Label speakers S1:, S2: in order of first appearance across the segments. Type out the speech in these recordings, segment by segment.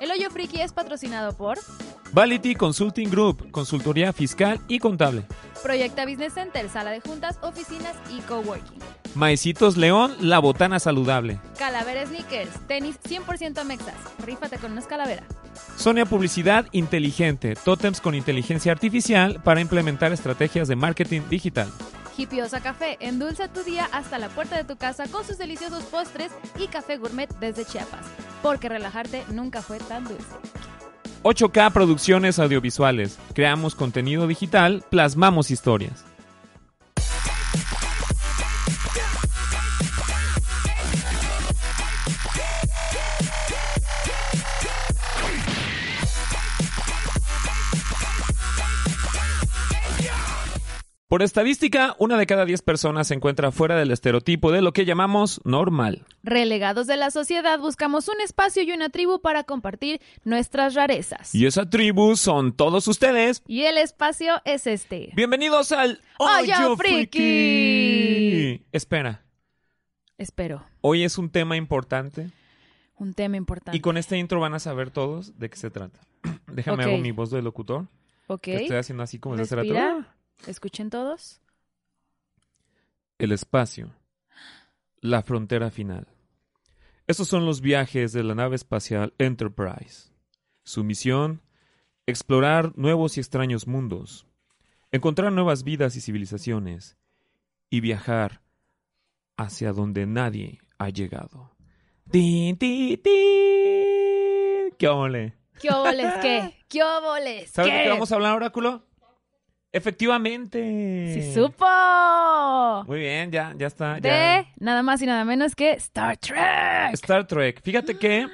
S1: El Hoyo Friki es patrocinado por
S2: Vality Consulting Group, consultoría fiscal y contable.
S1: Proyecta Business Center, sala de juntas, oficinas y coworking.
S2: Maecitos León, la botana saludable.
S1: Calavera Sneakers, tenis 100% mexas. Rífate con unas calavera.
S2: Sonia Publicidad Inteligente, tótems con inteligencia artificial para implementar estrategias de marketing digital.
S1: Hipiosa Café, endulza tu día hasta la puerta de tu casa con sus deliciosos postres y café gourmet desde Chiapas, porque relajarte nunca fue tan dulce.
S2: 8K Producciones Audiovisuales. Creamos contenido digital, plasmamos historias. Por estadística, una de cada 10 personas se encuentra fuera del estereotipo de lo que llamamos normal.
S1: Relegados de la sociedad, buscamos un espacio y una tribu para compartir nuestras rarezas.
S2: Y esa tribu son todos ustedes.
S1: Y el espacio es este.
S2: Bienvenidos al
S1: ¡Hoyo
S2: Hoyo
S1: Friki!
S2: Espera,
S1: Espero,
S2: hoy es un tema importante
S1: un tema importante.
S2: y con este intro van a saber todos de qué se trata. Déjame
S1: Ok.
S2: hago mi voz de locutor,
S1: Ok,
S2: que estoy haciendo así como desde hace rato.
S1: respira. Escuchen todos.
S2: el espacio, la frontera final. Estos son los viajes de la nave espacial Enterprise. Su misión, explorar nuevos y extraños mundos, encontrar nuevas vidas y civilizaciones, y viajar hacia donde nadie ha llegado. ¡Tin, tin, tin! ¡Qué ole!
S1: ¿Qué óboles qué? ¿Qué óboles
S2: ¿Sabes de qué
S1: qué?
S2: vamos a hablar, oráculo? Efectivamente.
S1: ¡Sí supo!
S2: Muy bien, ya, ya está. ya.
S1: De nada más y nada menos que Star Trek.
S2: Star Trek. Fíjate que.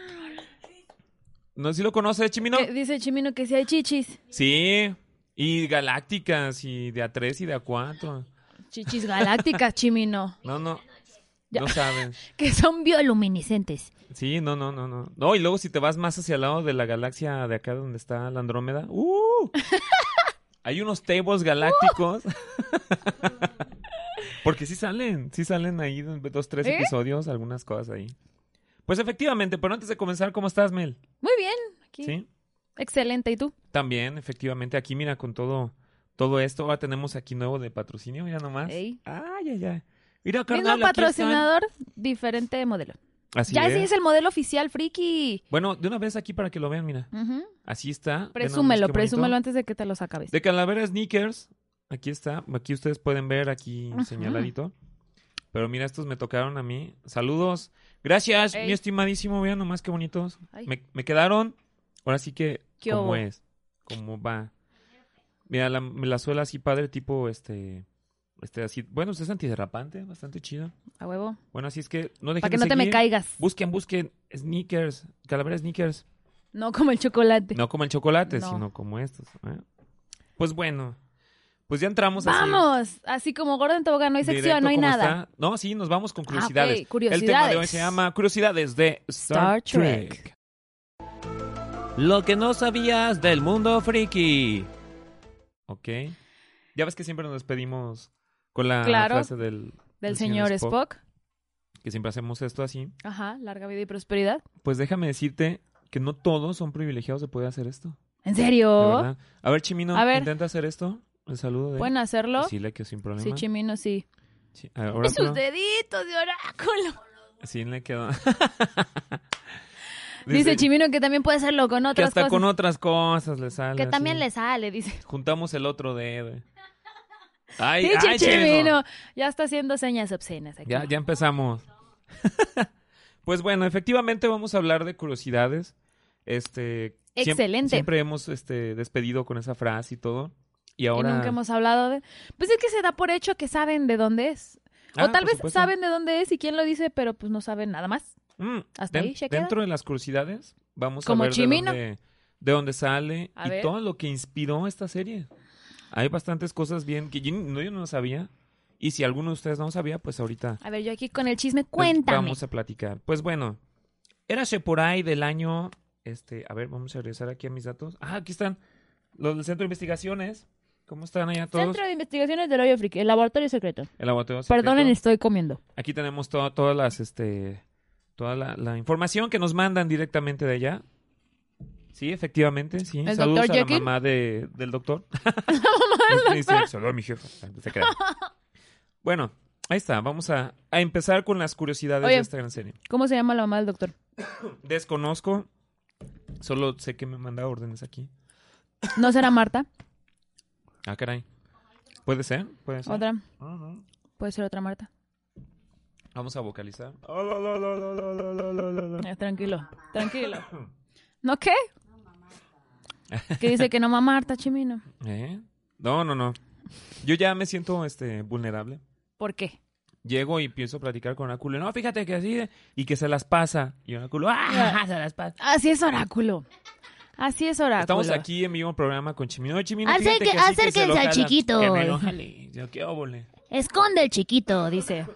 S2: No sé si lo conoces, Chimino.
S1: Que dice Chimino que si hay chichis.
S2: Sí. Y Galácticas, y de A3 y de A4.
S1: Chichis galácticas, Chimino.
S2: No, no.
S1: Ya.
S2: No sabes.
S1: Que son bioluminiscentes.
S2: Sí, no, no, no, no. No, y luego si te vas más hacia el lado de la galaxia de acá donde está la Andrómeda. ¡Uh! Hay unos tables galácticos. Porque sí salen, sí salen ahí dos, tres
S1: ¿Eh?
S2: episodios, algunas cosas ahí. Pues efectivamente, pero antes de comenzar, ¿cómo estás, Mel?
S1: Muy bien. Aquí.
S2: ¿Sí?
S1: Excelente. ¿Y tú?
S2: También, efectivamente, aquí mira con todo todo esto, ahora tenemos aquí nuevo de patrocinio, mira nomás.
S1: Ey.
S2: Ay, ay, ay. Mira,
S1: Mismo
S2: carnal, aquí
S1: patrocinador, diferente modelo.
S2: están. Así
S1: ya
S2: es.
S1: sí es el modelo oficial, friki.
S2: Bueno, de una vez aquí para que lo vean, mira.
S1: Ujú.
S2: Así está. Ve nomás
S1: Presúmelo,
S2: qué bonito.
S1: presúmelo antes de que te los acabes.
S2: De Calavera Sneakers, aquí está. Aquí ustedes pueden ver aquí
S1: Ajá.
S2: señaladito. Pero mira, estos me tocaron a mí. Saludos. Gracias,
S1: Ey.
S2: mi estimadísimo. Mira nomás qué bonitos.
S1: Ay.
S2: Me, me quedaron. Ahora sí que
S1: ¿Qué
S2: cómo
S1: hubo?
S2: es, cómo va. Mira, la, la suela así padre, tipo este este así, bueno, pues es antiderrapante, bastante chido.
S1: A huevo.
S2: Bueno, así es que no dejen
S1: Para que
S2: de
S1: no te me
S2: seguir.
S1: caigas.
S2: Busquen, busquen sneakers, calavera sneakers.
S1: No como el chocolate.
S2: No como el chocolate,
S1: No.
S2: sino como estos. ¿eh? Pues bueno, pues ya entramos así.
S1: Vamos. Así como gordo en tobogán, no hay sección,
S2: Directo,
S1: no hay
S2: ¿cómo
S1: nada. Ah,
S2: está? No, sí, nos vamos con curiosidades.
S1: ok, curiosidades.
S2: El tema de hoy se llama Curiosidades de Star,
S1: Star Trek.
S2: Trek. Lo que no sabías del mundo friki. Ok. Ya ves que siempre nos despedimos con la
S1: Claro.
S2: frase del,
S1: Del
S2: el
S1: señor Spock.
S2: Que siempre hacemos esto así.
S1: Ajá, larga vida y prosperidad.
S2: Pues déjame decirte que no todos son privilegiados de poder hacer esto.
S1: ¿En
S2: de
S1: serio?
S2: verdad. A ver, Chimino,
S1: A ver.
S2: intenta hacer esto. El saludo de...
S1: ¿Pueden hacerlo? Sí,
S2: Decirle que sin problema.
S1: Chimino, sí.
S2: Sí, ahora
S1: Sus
S2: tú.
S1: deditos de oráculo.
S2: Sí, le quedó.
S1: Dice Chimino que también puede hacerlo con
S2: Que
S1: otras
S2: hasta
S1: cosas.
S2: con otras cosas le sale.
S1: que también
S2: así.
S1: le sale, dice.
S2: Juntamos el otro dedo. Ay,
S1: Dice
S2: ay,
S1: Chimino.
S2: Chimino.
S1: Ya está haciendo señas obscenas aquí.
S2: Ya, ya empezamos. pues bueno, efectivamente vamos a hablar de curiosidades. Este. siem-
S1: Excelente.
S2: Siempre hemos este, despedido con esa frase y todo. Y
S1: Y
S2: ahora.
S1: nunca hemos hablado de... Pues es que se da por hecho que saben de dónde es.
S2: Ah,
S1: o tal
S2: por
S1: vez
S2: supuesto.
S1: saben de dónde es y quién lo dice, pero pues no saben nada más.
S2: Mm,
S1: Hasta ahí se queda.
S2: Dentro de las curiosidades, vamos
S1: Como
S2: a ver de
S1: Chimino.
S2: dónde, de dónde sale
S1: A
S2: y
S1: ver.
S2: todo lo que inspiró esta serie. Hay bastantes cosas bien que yo no, yo no sabía. Y si alguno de ustedes no sabía, pues ahorita
S1: A ver, yo aquí con el chisme,
S2: les
S1: cuéntame.
S2: Pues, vamos a platicar. Pues bueno, érase por ahí del año. Este, a ver, vamos a regresar aquí a mis datos. Ah, aquí están los del Centro de Investigaciones. ¿Cómo están allá todos?
S1: Centro de Investigaciones del Hoyo Friki, el laboratorio secreto.
S2: El laboratorio secreto.
S1: Perdonen, estoy comiendo.
S2: Aquí tenemos to- todas las, este, toda la, la información que nos mandan directamente de allá. Sí, efectivamente, sí.
S1: ¿El
S2: Saludos
S1: Dr.
S2: a la
S1: Jekyll?
S2: mamá de- del doctor. Sí, sí, Saludos a mi jefa. Se crea. Bueno, ahí está. Vamos a, a empezar con las curiosidades
S1: Oye.
S2: de esta gran serie.
S1: ¿Cómo se llama la mamá del doctor?
S2: Desconozco. Solo sé que me manda órdenes aquí.
S1: ¿No será Marta?
S2: Ah, caray. ¿Puede ser? ¿Puede ser?
S1: ¿Otra?
S2: Ah, no.
S1: Puede ser otra Marta.
S2: Vamos a vocalizar. Oh,
S1: Eh, tranquilo, tranquilo. ¿No qué? Que dice que no mamá Marta, Chimino.
S2: ¿Eh? No, no, no. Yo ya me siento este, vulnerable.
S1: ¿Por qué?
S2: Llego y pienso platicar con Oráculo. No, fíjate que así. de-" Y que se las pasa. Y Oráculo. ¡Ah! Se las pasa.
S1: Así es oráculo. Así es oráculo.
S2: ah, Estamos aquí en vivo programa con Chimino. "Oye, Chimino, fíjate que así
S3: Acerque-
S2: que se
S3: acérquense
S2: lo
S3: al
S2: jalan".
S3: chiquito.
S2: Que me lo jale. Yo, qué óvole.
S3: Esconde el chiquito,
S1: Dice.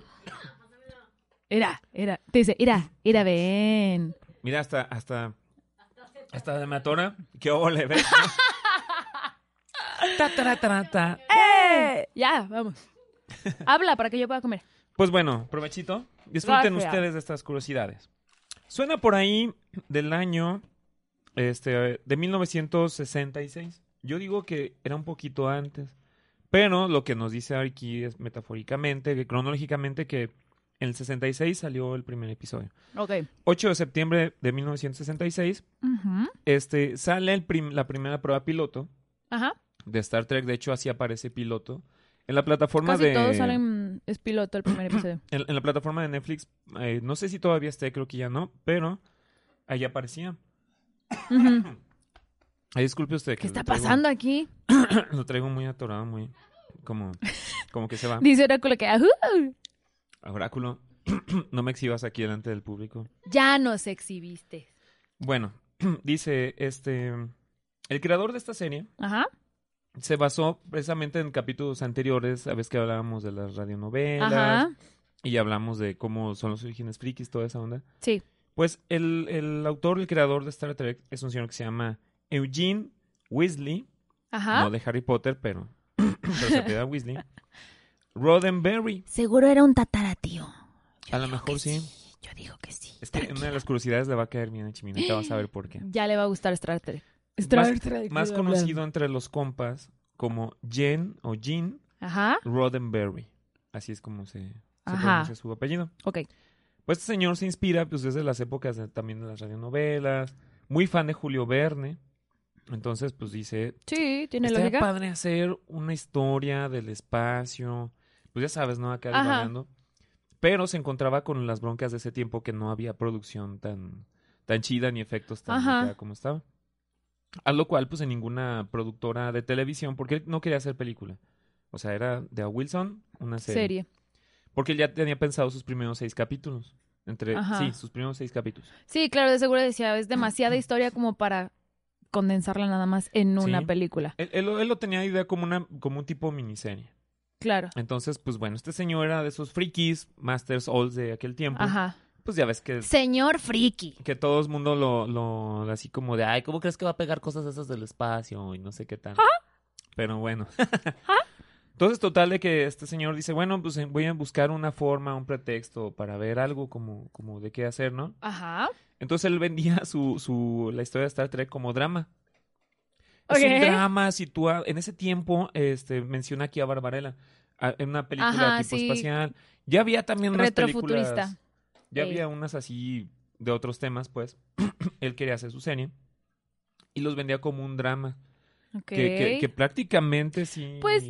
S1: Era, era. Te dice, era, era, ven.
S2: Mira, hasta, hasta, hasta de matona. Qué óvole, ¿ves? Ta, ta, ta, ta.
S1: ¡Eh! Ya, vamos. Habla para que yo pueda comer.
S2: Pues bueno, provechito. Disfruten
S1: Gracias.
S2: ustedes de estas curiosidades. Suena por ahí del año este, de 1966. Yo digo que era un poquito antes. Pero lo que nos dice aquí es metafóricamente, que cronológicamente, que en el 66 salió el primer episodio.
S1: Ok.
S2: 8 de septiembre de 1966
S1: Ujú.
S2: este, sale el prim- la primera prueba piloto
S1: Ajá.
S2: de Star Trek. De hecho, así aparece piloto. En la plataforma
S1: Casi
S2: de...
S1: todos salen. Es piloto el primer episodio.
S2: En, en la plataforma de Netflix, eh, no sé si todavía esté, creo que ya no, pero ahí aparecía.
S1: Ujú.
S2: Ay, disculpe usted. que
S1: ¿Qué está
S2: lo traigo-
S1: pasando aquí?
S2: Lo traigo muy atorado, muy... Como, como que se va.
S1: Dice oráculo que. "Ajú".
S2: Oráculo, no me exhibas aquí delante del público.
S1: Ya nos exhibiste.
S2: Bueno, dice, este... El creador de esta serie
S1: Ajá.
S2: se basó precisamente en capítulos anteriores, sabes que hablábamos de las radionovelas
S1: Ajá.
S2: y hablamos de cómo son los orígenes frikis, toda esa onda.
S1: Sí.
S2: Pues el, el autor, el creador de Star Trek es un señor que se llama Eugene Weasley,
S1: Ajá.
S2: no de Harry Potter, pero, pero se apellida Weasley. Roddenberry,
S3: Seguro era un tataratío.
S2: a lo mejor sí.
S3: Yo digo que sí.
S2: Es que una de las curiosidades le va a caer bien a Chimina, te vas a ver por qué.
S1: Ya le va a gustar Star Trek.
S2: Más- Más conocido entre los compas como Jen o Jean
S1: Ajá.
S2: Roddenberry. Así es como se, se
S1: Ajá.
S2: pronuncia su apellido.
S1: Ok.
S2: Pues este señor se inspira pues, desde las épocas de- también de las radionovelas, muy fan de Julio Verne. Entonces, pues dice,
S1: Sí, tiene
S2: Estaría
S1: lógica.
S2: padre hacer una historia del espacio. Pues ya sabes, ¿no? Acá
S1: Ajá.
S2: divagando. Pero se encontraba con las broncas de ese tiempo que no había producción tan, tan chida ni efectos tan
S1: Ajá.
S2: acá como estaba. A lo cual, pues en ninguna productora de televisión, porque él no quería hacer película. O sea, era de a Wilson una serie.
S1: Serie.
S2: Porque él ya tenía pensado sus primeros seis capítulos. Entre,
S1: Ajá.
S2: sí, sus primeros seis capítulos.
S1: Sí, claro, de seguro decía, es demasiada historia como para condensarla nada más en una
S2: Sí.
S1: película.
S2: Él, él lo- él lo tenía idea como, una, como un tipo miniserie.
S1: Claro.
S2: Entonces, pues bueno, este señor era de esos frikis, Masters Alls de aquel tiempo.
S1: Ajá.
S2: Pues ya ves que,
S3: Señor friki.
S2: que todo el mundo lo, lo, así como de, ay, ¿cómo crees que va a pegar cosas esas del espacio? Y no sé qué tal.
S1: ¿Ah?
S2: Pero bueno. Entonces, total de que este señor dice, bueno, pues eh, voy a buscar una forma, un pretexto para ver algo como, como de qué hacer, ¿no?
S1: Ajá.
S2: Entonces él vendía su, su, la historia de Star Trek como drama. Es un
S1: Ok.
S2: drama situado. En ese tiempo, este, menciona aquí a Barbarella. a- En una película
S1: Ajá,
S2: tipo
S1: sí.
S2: espacial. Ya había también unas
S1: Retrofuturista.
S2: películas. Ya
S1: Sí.
S2: había unas así de otros temas, pues. él quería hacer su serie. Y los vendía como un drama.
S1: Ok.
S2: que- Que, que prácticamente sí.
S1: Pues,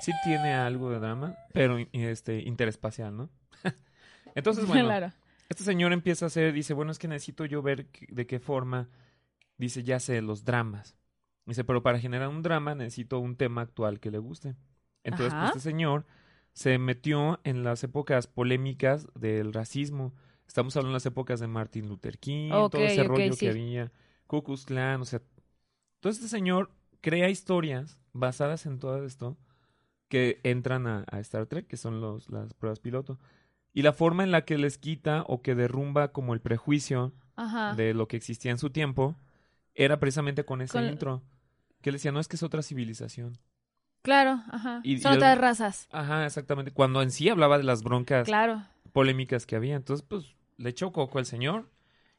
S2: Sí tiene algo de drama. Pero este, interespacial, ¿no? Entonces, bueno.
S1: Claro.
S2: Este señor empieza a hacer, dice, bueno, es que necesito yo ver qué- de qué forma, dice, ya sé, los dramas. Dice, pero para generar un drama necesito un tema actual que le guste. Entonces, pues,
S1: Ajá.
S2: este señor se metió en las épocas polémicas del racismo. Estamos hablando de las épocas de Martin Luther King,
S1: Ok,
S2: todo ese
S1: ok,
S2: rollo
S1: sí.
S2: que había, Ku Klux Klan, o sea. Entonces, este señor crea historias basadas en todo esto que entran a, a Star Trek, que son los, las pruebas piloto. Y la forma en la que les quita o que derrumba como el prejuicio
S1: Ajá.
S2: de lo que existía en su tiempo era precisamente con ese
S1: Con-
S2: intro. Que le decía, no, es que es otra civilización.
S1: Claro, ajá.
S2: Y-
S1: Son
S2: y
S1: otras
S2: algo-
S1: razas.
S2: Ajá, exactamente. Cuando en sí hablaba de las broncas
S1: Claro.
S2: polémicas que había. Entonces, pues, le echó coco al señor.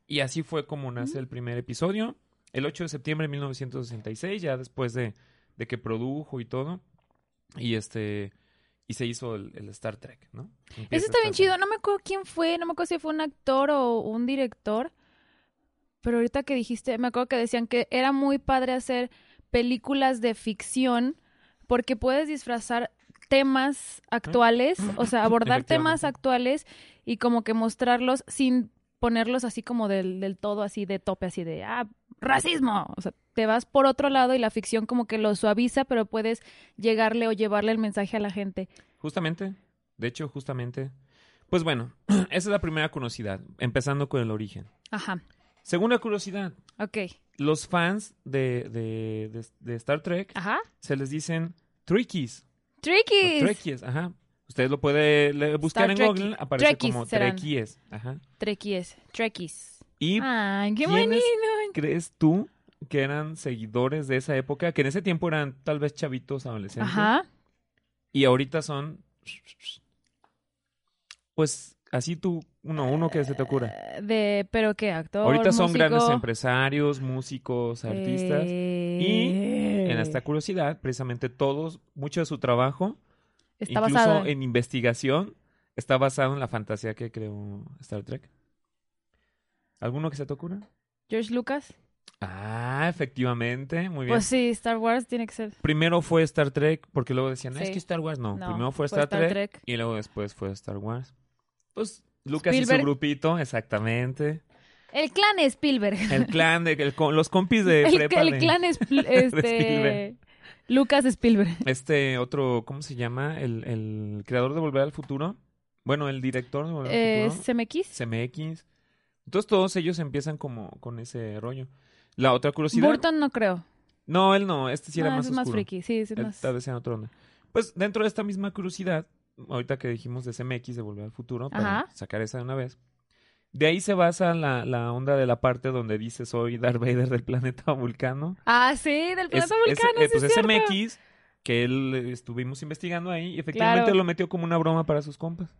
S2: Y así fue como nace el primer episodio. el 8 de septiembre de 1966, ya después de, de que produjo y todo. Y este. Y se hizo el, el Star Trek, ¿no?
S1: Ese
S2: Empieza
S1: está bien
S2: Star Trek.
S1: chido. No me acuerdo quién fue, no me acuerdo si fue un actor o un director. Pero ahorita que dijiste, me acuerdo que decían que era muy padre hacer películas de ficción porque puedes disfrazar temas actuales, o sea, abordar temas
S2: Efectivamente.
S1: actuales y como que mostrarlos sin ponerlos así como del, del todo, así de tope, así de, ah, racismo. O sea, te vas por otro lado y la ficción como que lo suaviza, pero puedes llegarle o llevarle el mensaje a la gente.
S2: Justamente, de hecho, justamente. Pues bueno, esa es la primera curiosidad, empezando con el origen.
S1: Ajá,
S2: Segunda curiosidad,
S1: ok.
S2: los fans de, de- de- de Star Trek
S1: Ajá.
S2: se les dicen Trekkies. o
S1: Trickies.
S2: Trekkies, ajá. Usted lo puede le- buscar
S1: Star
S2: en
S1: Trek.
S2: Google, aparece
S1: Trekkies
S2: como
S1: serán.
S2: Trekkies. Ajá.
S1: Trequies. Trekkies.
S2: ¿Y
S1: Ay, qué
S2: quiénes-
S1: bonito.
S2: crees tú que eran seguidores de esa época? Que en ese tiempo eran tal vez chavitos, adolescentes.
S1: Ajá.
S2: Y ahorita son. Pues así tú, uno, uno que se te ocurra.
S1: Eh, De, pero qué actor.
S2: Ahorita son
S1: músico, Eh.
S2: grandes empresarios, músicos, artistas. y En esta curiosidad, precisamente todos, mucho de su trabajo,
S1: Está
S2: incluso
S1: basado.
S2: en investigación, está basado en la fantasía que creó Star Trek. ¿Alguno que se te ocurra?
S1: George Lucas.
S2: Ah, efectivamente, muy bien.
S1: Pues sí, Star Wars tiene que ser.
S2: Primero fue Star Trek, porque luego decían, "Ah, es
S1: Sí.
S2: que Star Wars no.
S1: No,
S2: Primero fue
S1: fue
S2: Star,
S1: Star
S2: Trek,
S1: Trek.
S2: y luego después fue Star Wars. Pues Lucas y
S1: Spielberg.
S2: su grupito, exactamente.
S1: El clan Spielberg.
S2: El clan de el co- los compis de
S1: El,
S2: prepa
S1: el
S2: de-
S1: clan es, este,
S2: Spielberg.
S1: Lucas Spielberg.
S2: Este otro, ¿cómo se llama? El, el creador de Volver al Futuro. Bueno, el director de Volver
S1: Eh,
S2: al Futuro.
S1: CMX.
S2: CMX. Entonces todos ellos empiezan como con ese rollo. La otra curiosidad.
S1: Burton no creo.
S2: No, él no, este sí era
S1: Ah,
S2: más
S1: es más
S2: oscuro.
S1: friki. Sí, es
S2: Él
S1: más.
S2: tal vez sea otra onda. Pues dentro de esta misma curiosidad, ahorita que dijimos de CMX, de Volver al Futuro, para
S1: Ajá.
S2: sacar esa de una vez. De ahí se basa la, la onda de la parte donde dice soy Darth Vader del planeta Vulcano.
S1: Ah, sí, del planeta
S2: Es- es-
S1: Vulcano.
S2: eh,
S1: sí
S2: pues
S1: es cierto.
S2: SMX, que él eh, estuvimos investigando ahí, y efectivamente
S1: Claro.
S2: lo metió como una broma para sus compas.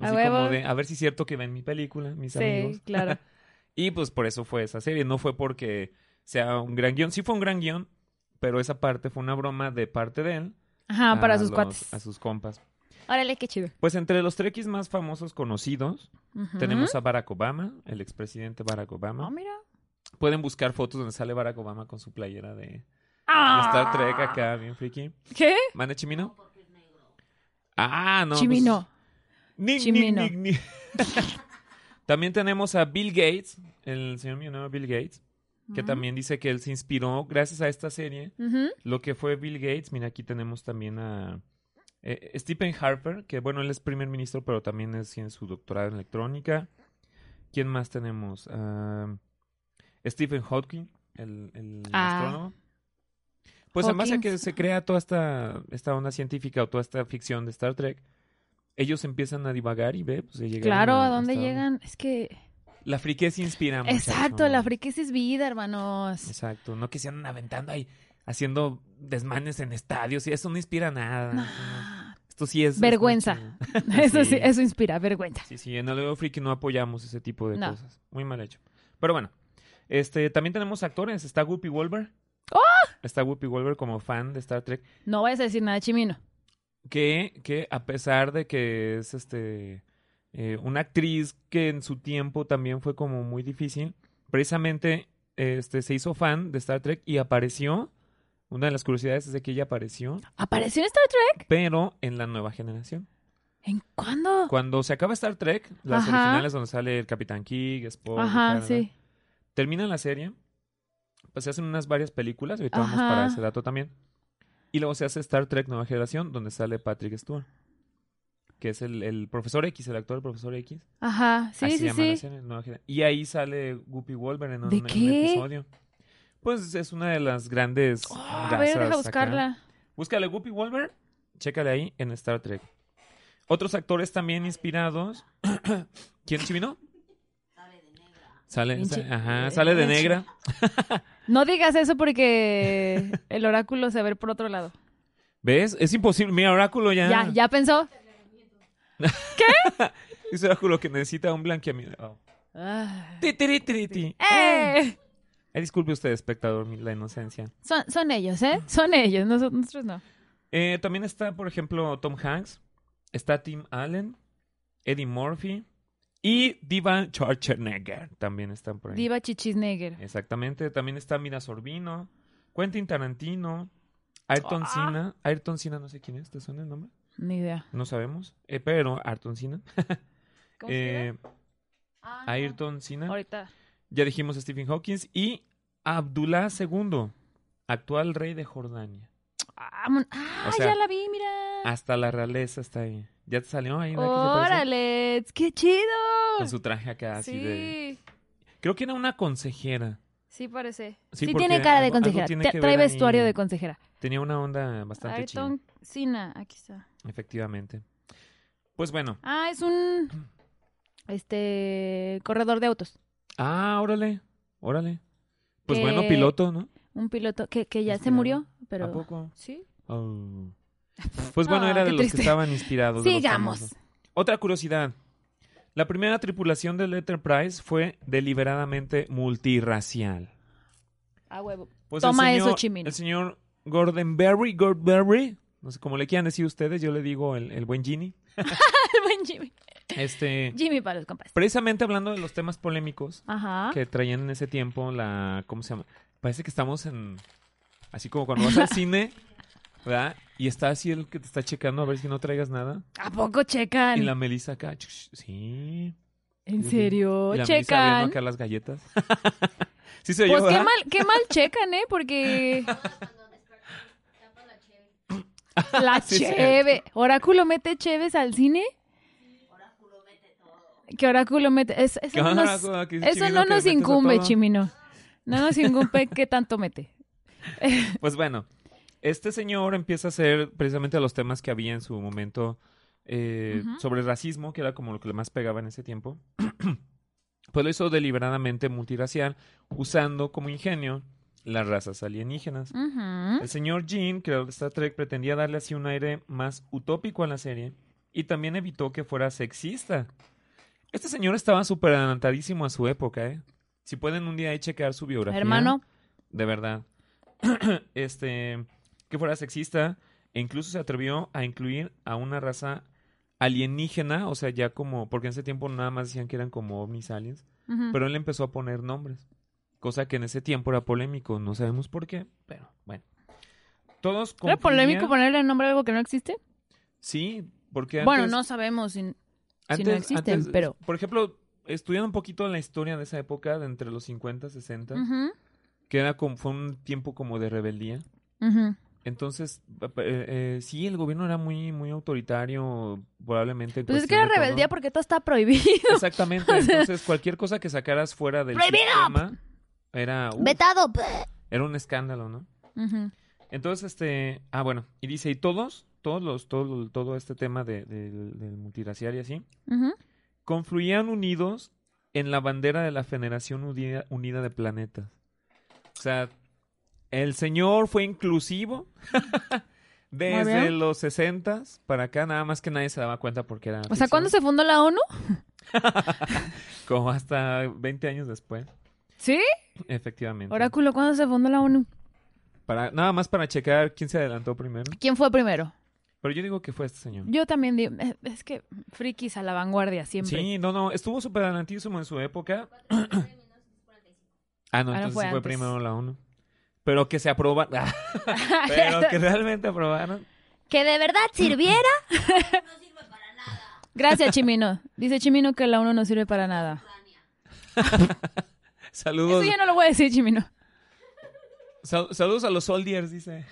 S1: A
S2: Así
S1: huevo.
S2: como de, a ver si es cierto que ven mi película, mis
S1: Sí,
S2: amigos.
S1: claro.
S2: y pues por eso fue esa serie, no fue porque sea un gran guión, sí fue un gran guión, pero esa parte fue una broma de parte de él.
S1: Ajá, Ah, para
S2: a
S1: sus
S2: los-
S1: cuates.
S2: A sus compas.
S1: Órale, qué chido.
S2: Pues entre los trekkies más famosos conocidos
S1: Ujú.
S2: tenemos a Barack Obama, el expresidente Barack
S1: Ah,
S2: Obama.
S1: mira.
S2: Pueden buscar fotos donde sale Barack Obama con su playera de, de
S1: Ah.
S2: Star Trek acá, bien friki.
S1: ¿Qué?
S2: ¿Mane Chimino? Ah, no.
S1: Chimino.
S2: pues- Ni- ni-
S1: Chimino.
S2: ni- ni. también tenemos a Bill Gates, el señor millonario Bill Gates, que
S1: Ujú.
S2: también dice que él se inspiró gracias a esta serie
S1: Ujú.
S2: lo que fue Bill Gates. Mira, aquí tenemos también a eh, Stephen Harper, que bueno, él es primer ministro, pero también es en su doctorado en electrónica. ¿Quién más tenemos? Ah, Stephen Hawking, el, el
S1: Ah.
S2: astrónomo. Pues además de que
S1: Hawkins.
S2: se crea toda esta, esta onda científica o toda esta ficción de Star Trek, ellos empiezan a divagar y ve, pues se llegan
S1: Claro, ¿a dónde
S2: hasta-
S1: llegan? Es que...
S2: La friquez inspira muchachos.
S1: Exacto, la friquez es vida, hermanos.
S2: Exacto, no que se andan aventando ahí, haciendo desmanes en estadios, y eso no inspira nada.
S1: Ah,
S2: Esto sí es. es
S1: Vergüenza.
S2: muy chido.
S1: Eso sí,
S2: Sí.
S1: eso inspira vergüenza.
S2: Sí, sí, en el Leo Friki no apoyamos ese tipo de
S1: No.
S2: cosas. Muy mal hecho. Pero bueno, este, también tenemos actores. Está Whoopi Wolver.
S1: ¡Ah!
S2: Está Whoopi Wolver como fan de Star Trek.
S1: No vayas a decir nada, Chimino.
S2: Que, que a pesar de que es este eh, una actriz que en su tiempo también fue como muy difícil, precisamente este, se hizo fan de Star Trek y apareció. Una de las curiosidades es de que ella apareció,
S1: ¿Apareció en Star Trek?
S2: pero en la nueva generación.
S1: ¿En cuándo?
S2: Cuando se acaba Star Trek, las
S1: Ah. Ajá.
S2: originales donde sale el Capitán Kick, Spock,
S1: Ajá,
S2: Hanna,
S1: sí.
S2: termina la serie, pues se hacen unas varias películas, ahorita vamos
S1: Ajá.
S2: para ese dato también. Y luego se hace Star Trek Nueva Generación, donde sale Patrick Stewart, que es el, el profesor X, el actor del profesor X.
S1: Ajá, sí,
S2: Así
S1: sí,
S2: llama la
S1: sí.
S2: serie, Nueva Genera- Y ahí sale Whoopi Wolver en un,
S1: ¿De
S2: en un
S1: qué?
S2: episodio. Pues es una de las grandes.
S1: Oh, a ver,
S2: razas
S1: deja
S2: acá.
S1: buscarla.
S2: Búscale Whoopi Wolver, chécale ahí en Star Trek. Otros actores también inspirados. ¿Quién chivino? Sale de negra.
S1: Pinche-
S2: Sale, ajá, sale de
S1: Pinche-
S2: negra.
S1: No digas eso porque el oráculo se va a ver por otro lado.
S2: ¿Ves? Es imposible. Mira, Oráculo ya.
S1: Ya, ya pensó.
S2: Es Oh. Oráculo que necesita un blanqueamiento.
S1: Ah.
S2: Ti, ti, ti, ti, ti.
S1: ¡Eh!
S2: Ay, disculpe usted, espectador, mi- la inocencia.
S1: Son, son ellos, ¿eh? Son ellos, noso- nosotros no.
S2: Eh, también está, por ejemplo, Tom Hanks. Está Tim Allen. Eddie Murphy. Y Diva Schwarzenegger también están por ahí.
S1: Diva Chichisneger.
S2: Exactamente. También está Mira Sorbino. Quentin Tarantino. Ayrton
S1: Ah. Senna.
S2: Cena. Ayrton Cena, no sé quién es. ¿Te suena el nombre?
S1: Ni idea.
S2: No sabemos. Eh, pero Ayrton Cena. Eh, Ah, Ayrton Cena.
S1: Ahorita.
S2: Ya dijimos Stephen Hawking. Y Abdullah II. Actual rey de Jordania.
S1: Ah, mon- ah,
S2: O sea,
S1: ya la vi, mira.
S2: Hasta la realeza está ahí. Ya te salió ahí. ¿verdad que se parece?
S1: Órale, qué chido.
S2: Con su traje acá así
S1: sí,
S2: de... Creo que era una consejera.
S1: sí parece.
S2: Sí,
S1: Sí,
S2: porque
S1: tiene cara de
S2: algo- algo
S1: consejera.
S2: tiene
S1: Te-
S2: que ver
S1: trae
S2: ahí.
S1: vestuario de consejera.
S2: Tenía una onda bastante
S1: Ayrton Sina, aquí está.
S2: chida, efectivamente. Pues bueno.
S1: Ah, es un este corredor de autos.
S2: Ah, órale, órale. Pues
S1: Que-
S2: bueno, piloto, ¿no?
S1: Un piloto que, que ya se
S2: Inspirado.
S1: murió,
S2: ¿A
S1: Eh, pero
S2: poco?
S1: sí.
S2: Oh. Pues bueno,
S1: Ah,
S2: era de
S1: qué
S2: los que
S1: triste.
S2: estaban inspirados. de los
S1: Sigamos.
S2: famosos. Otra curiosidad. La primera tripulación del Enterprise fue deliberadamente multirracial.
S1: A huevo.
S2: Pues
S1: Toma
S2: el señor,
S1: eso, Chimino.
S2: El señor Gordon Berry, Gordon Berry, no sé cómo le quieran decir ustedes, yo le digo el, el buen Genie.
S1: El buen Jimmy.
S2: Este,
S1: Jimmy para los compas.
S2: precisamente hablando de los temas polémicos
S1: Ajá.
S2: que traían en ese tiempo, la, ¿cómo se llama? Parece que estamos en, así como cuando vas al cine, ¿verdad? Y está así el que te está checando a ver si no traigas nada.
S1: ¿A poco
S2: Y
S1: checan?
S2: la Melissa acá, chush, sí.
S1: ¿En
S2: Sí, sí.
S1: serio?
S2: Y la Melissa abriendo
S1: Checan.
S2: acá las galletas. sí se oyó,
S1: Pues qué
S2: ¿verdad?
S1: mal, qué mal checan, ¿eh? Porque la
S2: Sí, cierto.
S1: cheve. ¿Oráculo mete cheves al cine? ¿Qué oráculo mete? Es, eso
S2: ¿Qué
S1: no
S2: onda,
S1: nos,
S2: Rafa? Que dice
S1: eso
S2: Chimino
S1: no nos
S2: que metes de
S1: incumbe,
S2: todo.
S1: Chimino. No nos incumbe qué tanto mete.
S2: Pues bueno, este señor empieza a hacer precisamente los temas que había en su momento eh,
S1: Ujú.
S2: sobre el racismo, que era como lo que más pegaba en ese tiempo. pues lo hizo deliberadamente multiracial, usando como ingenio las razas alienígenas.
S1: Ujú.
S2: El señor Jean, creador de Star Trek, pretendía darle así un aire más utópico a la serie y también evitó que fuera sexista. Este señor estaba súper adelantadísimo a su época, ¿eh? Si pueden un día ahí checar su biografía.
S1: Hermano,
S2: De verdad. este, que fuera sexista e incluso se atrevió a incluir a una raza alienígena, o sea, ya como, porque en ese tiempo nada más decían que eran como ovnis aliens,
S1: ujú.
S2: pero él empezó a poner nombres, cosa que en ese tiempo era polémico, no sabemos por qué, pero bueno. Todos
S1: ¿era polémico
S2: concluían-
S1: ponerle el nombre a algo que no existe?
S2: Sí, porque antes,
S1: Bueno, no sabemos. si- si no existen,
S2: antes,
S1: pero-
S2: Por ejemplo, estudiando un poquito la historia de esa época, de entre los 50 y 60,
S1: Ujú,
S2: que era como, fue un tiempo como de rebeldía.
S1: ujú.
S2: Entonces, pa- pa- eh, eh, sí, el gobierno era muy, muy autoritario, probablemente. en
S1: Pues es que era
S2: cuestión de todo.
S1: rebeldía porque todo está prohibido.
S2: Exactamente. Entonces, cualquier cosa que sacaras fuera del
S3: ¡Prohibido!
S2: sistema era, uf,
S3: Vetado.
S2: era un escándalo, ¿no?
S1: Ujú.
S2: Entonces, este, ah, bueno, y dice, y todos, todos los, todo, todo este tema de, de- del multiracial y así,
S1: Ujú.
S2: confluían unidos en la bandera de la Federación Unida, Unida de Planetas. O sea, el señor fue inclusivo desde
S1: bien.
S2: los 60 para acá, nada más que nadie se daba cuenta porque era.
S1: O sea,
S2: ficción,
S1: ¿cuándo se fundó la ONU?
S2: Como hasta 20 años después,
S1: ¿Sí?
S2: efectivamente.
S1: Oráculo, ¿cuándo se fundó la ONU?
S2: Para, nada más para checar quién se adelantó primero.
S1: ¿Quién fue primero?
S2: Pero yo digo que fue este señor.
S1: Yo también digo, eh, es que frikis a la vanguardia siempre.
S2: Sí, no, no, estuvo súper adelantísimo en su época. ah, no,
S1: Ah, no,
S2: entonces
S1: fue
S2: sí fue
S1: antes.
S2: primero la ONU. Pero que se aproba. ah, Pero que realmente aprobaron.
S3: Que de verdad sirviera.
S1: Gracias, Chimino. Dice Chimino que la ONU no sirve para nada. Eso
S2: Saludos,
S1: ya no lo voy a decir, Chimino.
S2: sal- saludos a los soldiers, dice.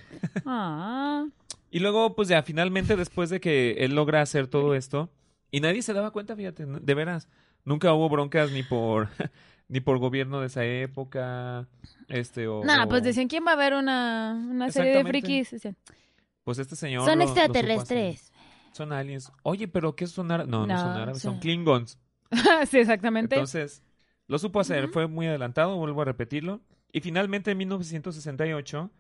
S1: Ah,
S2: Y luego, pues ya, finalmente, después de que él logra hacer todo esto, y nadie se daba cuenta, fíjate, n- de veras, nunca hubo broncas ni por ni por gobierno de esa época, este o...
S1: Nah,
S2: o-
S1: pues decían, ¿quién va a ver una, una serie de
S2: Exactamente.
S1: frikis? Decían,
S2: pues este señor...
S3: Son
S2: lo- lo supo hacer.
S3: extraterrestres.
S2: son aliens. Oye, pero ¿qué son árabes? No, no,
S1: No,
S2: son árabes, son
S1: sí.
S2: klingons.
S1: sí, exactamente.
S2: Entonces, lo supo hacer, fue muy adelantado, vuelvo a repetirlo. Y finalmente en 1968,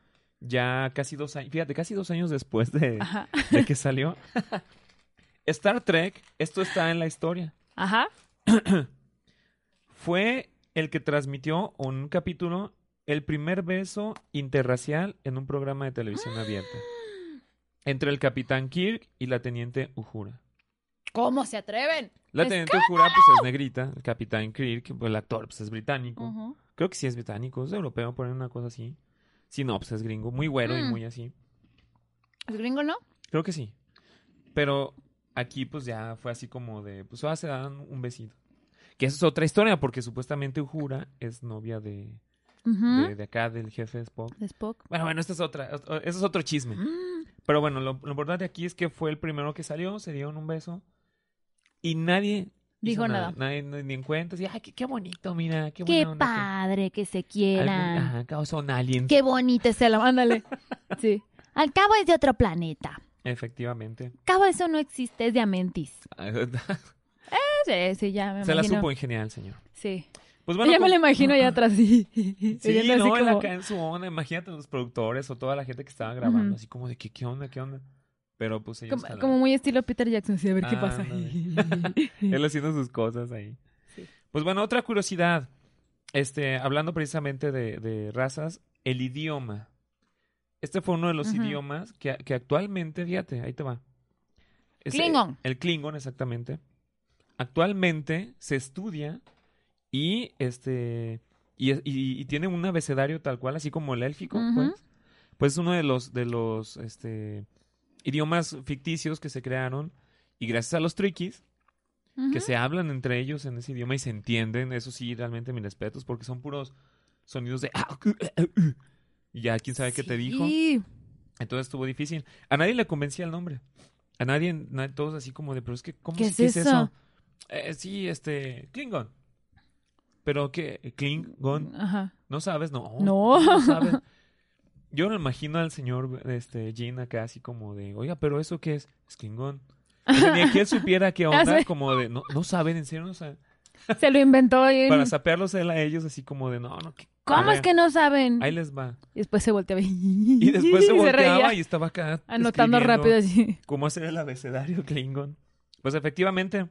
S2: ya casi dos años, fíjate, casi dos años después de,
S1: Ajá.
S2: de que salió, Star Trek, esto está en la historia,
S1: Ajá.
S2: fue el que transmitió un capítulo El primer beso interracial en un programa de televisión abierta. Entre el capitán Kirk y la teniente Uhura.
S1: ¿Cómo se atreven?
S2: La teniente Uhura, pues es negrita. El capitán Kirk, pues el actor, pues es británico.
S1: Ujú.
S2: Creo que sí es británico, es europeo, ponen una cosa así. Sí, no, pues es gringo. Muy güero y
S1: Mm.
S2: muy así.
S1: ¿Es gringo, no?
S2: Creo que sí. Pero aquí, pues ya fue así como de. Pues ahora se dan un besito. Que esa es otra historia, porque supuestamente Uhura es novia de,
S1: Ujú.
S2: de, de acá, del jefe de Spock.
S1: De Spock.
S2: Bueno, bueno, esta es otra, ot- ese es otro chisme.
S1: Mm.
S2: Pero bueno, lo, lo importante aquí es que fue el primero que salió, se dieron un beso y nadie hizo
S1: Dijo nada.
S2: Nadie ni- ni en cuenta, así, ay, qué, qué bonito, mira, qué,
S3: Qué
S2: buena onda que-
S3: padre que se
S2: Algún- ah.
S3: quieran.
S2: ajá, cabo, son aliens.
S3: Qué bonito es el amor.
S1: Ándale. Sí.
S3: Al cabo es de otro planeta.
S2: Efectivamente.
S3: Al cabo eso no existe, es de Amentis.
S1: Sí, sí, ya me
S2: se la
S1: imagino.
S2: supo ingeniar el señor.
S1: Sí.
S2: Pues bueno,
S1: ya me
S2: con-
S1: la imagino ya atrás. Sí,
S2: Sí,
S1: Yendo así
S2: no, él
S1: como-
S2: acá en su onda, imagínate los productores o toda la gente que estaba grabando,
S1: Ujú.
S2: así como de, ¿qué, qué onda, qué onda? Pero pues ellos
S1: Como,
S2: jalaron.
S1: como muy estilo Peter Jackson, sí, a ver qué pasa.
S2: Ah, Ándale. Él haciendo sus cosas ahí.
S1: Sí.
S2: Pues bueno, otra curiosidad. Este, hablando precisamente de, de razas, el idioma. Este fue uno de los
S1: Ujú.
S2: idiomas que, que actualmente, fíjate, ahí te va. Es, eh,
S1: Klingon.
S2: El Klingon, exactamente. Actualmente se estudia y este y, y- y tiene un abecedario tal cual, así como el élfico,
S1: Ujú.
S2: pues. Pues es uno de los, de los este, idiomas ficticios que se crearon y gracias a los triquis
S1: Ujú.
S2: que se hablan entre ellos en ese idioma y se entienden, eso sí, realmente mis respetos, porque son puros sonidos de... ah, uh, Y ya quién sabe qué te dijo.
S1: Sí.
S2: Entonces estuvo difícil. A nadie le convencía el nombre. A nadie, na- todos así como de, pero es que, ¿cómo
S1: ¿Qué
S2: se
S1: es
S2: dice
S1: eso?
S2: Eh, sí, este, Klingon. Pero que, Klingon,
S1: Ajá.
S2: ¿no sabes? No.
S1: No.
S2: sabes. Yo me imagino al señor, este, Jin acá así como de, oiga, pero ¿eso qué es? Es Klingon. O sea, ni que él supiera qué
S1: Ya
S2: onda,
S1: sé.
S2: como de, no, no saben, en serio, no saben.
S1: Se lo inventó y...
S2: Para sapearlos él a ellos así como de, no, no. qué
S1: ¿Cómo es
S2: carrera".
S1: que no saben?
S2: Ahí les va.
S1: Y después se volteaba y...
S2: Y después se volteaba
S1: reía,
S2: y estaba acá
S1: Anotando
S2: escribiendo.
S1: rápido así.
S2: cómo hacer el abecedario Klingon. Pues efectivamente,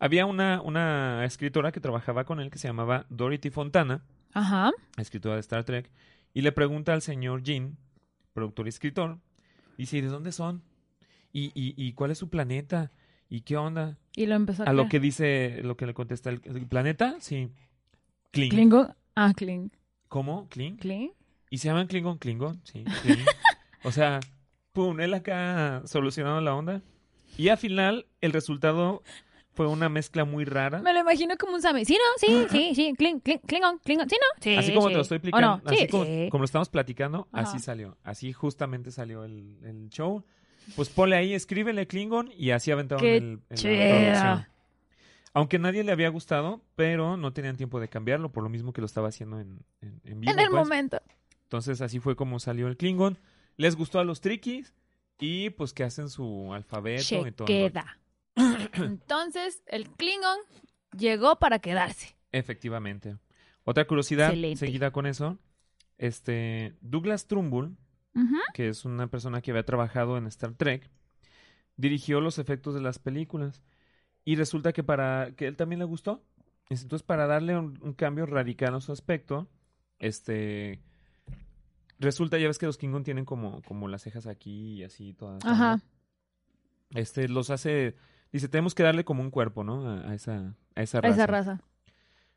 S2: había una, una escritora que trabajaba con él que se llamaba Dorothy Fontana,
S1: Ajá.
S2: escritora de Star Trek, y le pregunta al señor Jean, productor y escritor, dice, "¿Y ¿de dónde son? ¿Y, y, y cuál es su planeta? ¿Y qué onda?
S1: Y lo empezó a...
S2: A lo
S1: crear.
S2: que dice, lo que le contesta el, el planeta, sí. Kling.
S1: Klingon. Ah, Kling.
S2: ¿Cómo? Kling.
S1: Kling.
S2: ¿Y se llaman Klingon Klingon? Sí. Kling. o sea, pum, él acá solucionando la onda. Y al final, el resultado fue una mezcla muy rara.
S1: Me lo imagino como un Sami. Sí, no, sí, sí, sí. Kling, Kling, Klingon, Klingon. oh, Sí, no. Sí,
S2: Así como
S1: sí.
S2: te lo estoy
S1: ¿O
S2: explicando,
S1: no?
S2: así
S1: Sí,
S2: como,
S1: sí.
S2: como lo estamos platicando,
S1: Ajá.
S2: así salió. Así justamente salió el, el show. Pues ponle ahí, escríbele Klingon y así aventaron
S1: ¡Qué
S2: el, el-
S1: chido!
S2: la producción. Aunque nadie le había gustado, pero no tenían tiempo de cambiarlo, por lo mismo que lo estaba haciendo en, en, en vivo.
S1: En el
S2: pues.
S1: momento.
S2: Entonces así fue como salió el Klingon. Les gustó a los triquis y pues que hacen su alfabeto y todo. el rollo.
S3: Chequeda.
S1: Entonces, el Klingon llegó para quedarse.
S2: Efectivamente. Otra curiosidad
S3: Excelente.
S2: seguida con eso. Este Douglas Trumbull,
S1: Ujú.
S2: que es una persona que había trabajado en Star Trek, dirigió los efectos de las películas y resulta que para que él también le gustó. Entonces para darle un, un cambio radical a su aspecto, este resulta ya ves que los Klingon tienen como como las cejas aquí y así todas.
S1: Ajá.
S2: Este los hace dice, tenemos que darle como un cuerpo, ¿no? A, a esa a esa
S1: A
S2: raza.
S1: esa raza.